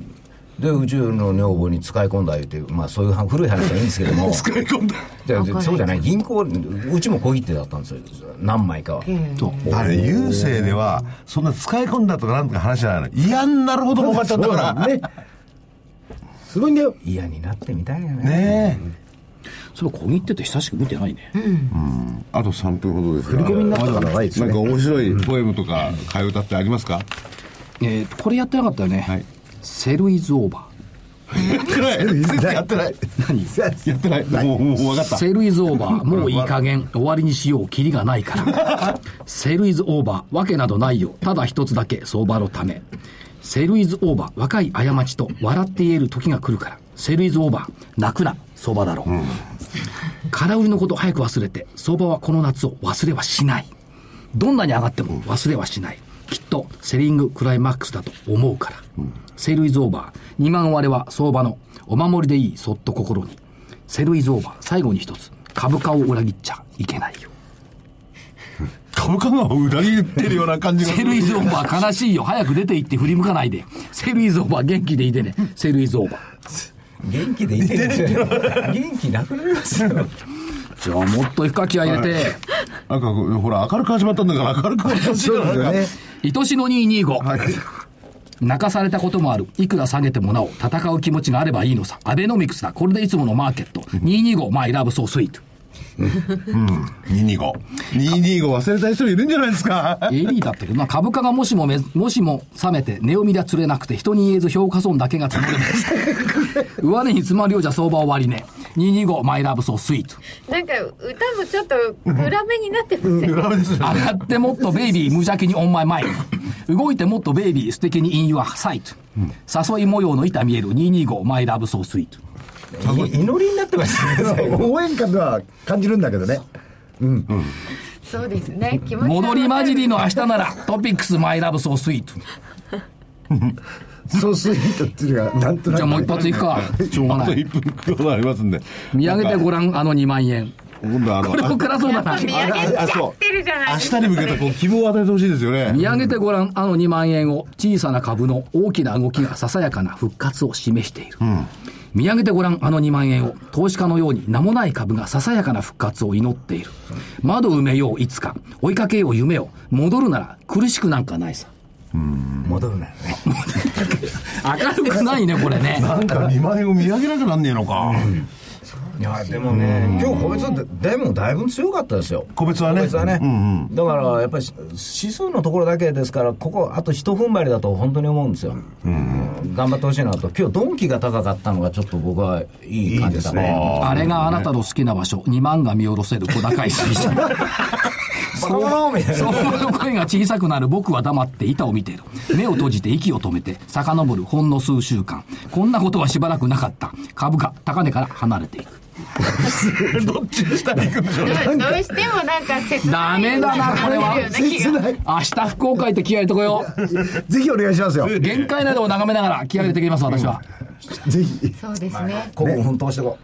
[SPEAKER 6] で宇宙の女房に使い込んだ言うて、まあ、そういうは古い話はいいんですけども 使い込んだそうじゃない銀行うちも小切手だったんですよ何枚かは、
[SPEAKER 4] あれ、郵政では、そんな使い込んだとかなんとか話じゃないの。嫌になるほど儲かっちゃった から。ね。
[SPEAKER 3] すごいんだよ。
[SPEAKER 6] 嫌になってみたいよね
[SPEAKER 4] ね
[SPEAKER 2] それ小切手って久しく見てないね、
[SPEAKER 4] あと3分ほどですが。
[SPEAKER 3] 込みになったら長いですね
[SPEAKER 4] なんか面白いポエムとか、替え歌ってありますか
[SPEAKER 2] えーとこれやってなかったよね、
[SPEAKER 4] はい
[SPEAKER 2] セルイズオーバ
[SPEAKER 4] やってない。 全然やってない。
[SPEAKER 2] 何
[SPEAKER 4] やってない。もう、もう分かった
[SPEAKER 2] ー。セルイズオー バーもういい加減終わりにしようキリがないから セルイズオーバーわけなどないよただ一つだけ相場のためセルイズオーバー若い過ちと笑って言える時が来るからセルイズオーバー泣くな相場だろう、空売りのこと早く忘れて相場はこの夏を忘れはしないどんなに上がっても忘れはしないきっとセリングクライマックスだと思うから、セルイズオーバー2万割れは相場のお守りでいいそっと心にセルイズオーバー最後に一つ株価を裏切っちゃいけないよ
[SPEAKER 4] 株価が裏切ってるような感じがす
[SPEAKER 2] セ
[SPEAKER 4] る
[SPEAKER 2] ルイズオーバー悲しいよ早く出て行って振り向かないでセルイズオーバー元気でいてねセルイズオーバー
[SPEAKER 6] 元気でい てるんですよ元気なくなりますよ
[SPEAKER 2] じゃあもっと深きは入れて、
[SPEAKER 4] なんか、ほら、明るく始まったんだから、明るく始まったんだから。なんか
[SPEAKER 2] 愛しの225、
[SPEAKER 4] はい。
[SPEAKER 2] 泣かされたこともある。いくら下げてもなお、戦う気持ちがあればいいのさ。アベノミクスだ。これでいつものマーケット。225、マイラブソースイート。
[SPEAKER 4] 225。225忘れた人いるんじゃないですか。
[SPEAKER 2] エリーだったけどな、株価がもしもめ、もしも冷めて、値を見りゃ釣れなくて、人に言えず評価損だけが積もるんです。 上値に詰まるようじゃ相場終わりね。225、マイラブソースイート。
[SPEAKER 1] なんか歌もちょっと暗めになってません
[SPEAKER 4] 裏目ですよ
[SPEAKER 2] 上がってもっとベイビー、無邪気にオンマイマイ。動いてもっとベイビー、素敵にインユアサイト。誘い模様の板見える225、マイラブソースイート。
[SPEAKER 6] い祈りになってますよ
[SPEAKER 3] 応援歌では感じるんだけどね。
[SPEAKER 1] そうですね気持ち
[SPEAKER 2] 戻り混じりの明日なら、トピックス、マイラブソースイート。
[SPEAKER 3] そうスイートっていうのが、なんとなく。
[SPEAKER 2] じゃあもう一発いくか。しょうが
[SPEAKER 4] あと
[SPEAKER 2] ない。
[SPEAKER 4] 1分くらいありますんで。
[SPEAKER 2] 見上げてごらん、あの2万円。
[SPEAKER 4] 今度あの、
[SPEAKER 2] これも暗そうだな。
[SPEAKER 1] 見上げちゃってるじゃない
[SPEAKER 4] 明
[SPEAKER 1] ですか
[SPEAKER 4] 日に向けてこう希望を与えてほしいですよ
[SPEAKER 2] 見
[SPEAKER 4] ね。
[SPEAKER 2] 上げてごらん、あの2万円を、小さな株の大きな動きがささやかな復活を示している。見上げてごらん、あの2万円を、投資家のように名もない株がささやかな復活を祈っている。窓埋めよう、いつか。追いかけよう、夢を。戻るなら苦しくなんかないさ。
[SPEAKER 6] 戻るなよね
[SPEAKER 2] 明るくないね、これね。
[SPEAKER 4] なんか2万円を見上げなきゃなんねえのか。
[SPEAKER 6] いやでもね今日個別はででもだいぶ強かったですよ
[SPEAKER 4] 個別はね
[SPEAKER 6] 個別はね、
[SPEAKER 4] うん
[SPEAKER 6] だからやっぱりし指数のところだけですからここあと一踏ん張りだと本当に思うんですよ、頑張ってほしいなと今日ドンキが高かったのがちょっと僕はいい感じだった
[SPEAKER 2] あれがあなたの好きな場所、2万が見下ろせる小高い水 準。
[SPEAKER 6] そうみたい
[SPEAKER 2] 相
[SPEAKER 6] な
[SPEAKER 2] 場の声が小さくなる僕は黙って板を見ている目を閉じて息を止めて遡るほんの数週間こんなことはしばらくなかった株価高値から離れていく
[SPEAKER 4] どっちに下に行くんでしょうね。
[SPEAKER 1] どうどうしてもなんか切ない
[SPEAKER 2] ダメだなこれは
[SPEAKER 1] なってるような気が
[SPEAKER 3] 切ない。
[SPEAKER 2] 明日福岡行って気合入れてこよ
[SPEAKER 3] ぜひお願いしますよ。
[SPEAKER 2] う限界などを眺めながら気合入れてきます私は
[SPEAKER 3] ぜひ。
[SPEAKER 1] そうですね
[SPEAKER 6] ここ奮闘してこ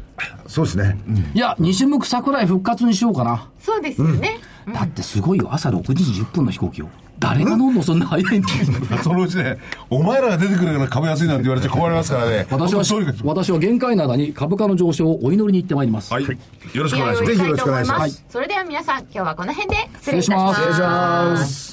[SPEAKER 3] そうですね。
[SPEAKER 2] いや西向く桜井復活にしようかな
[SPEAKER 1] そうですよね
[SPEAKER 2] だってすごいよ朝6時10分の飛行機を誰が飲んのそんな早 いんだよ
[SPEAKER 4] そのうちね、お前らが出てくるから株安いなんて言われちゃ困りますからね。
[SPEAKER 2] 私は
[SPEAKER 4] 本当にとにかく
[SPEAKER 2] 私は限界なだに株価の上昇をお祈りに行ってまいります
[SPEAKER 4] はい。よろしくお願いし
[SPEAKER 1] 気合を入れた
[SPEAKER 4] ます
[SPEAKER 3] ぜひよろしくお願いします
[SPEAKER 1] それでは皆さん今日はこの辺で失
[SPEAKER 2] 失礼
[SPEAKER 1] 礼い
[SPEAKER 2] した
[SPEAKER 1] し
[SPEAKER 2] ま
[SPEAKER 1] ますす
[SPEAKER 2] します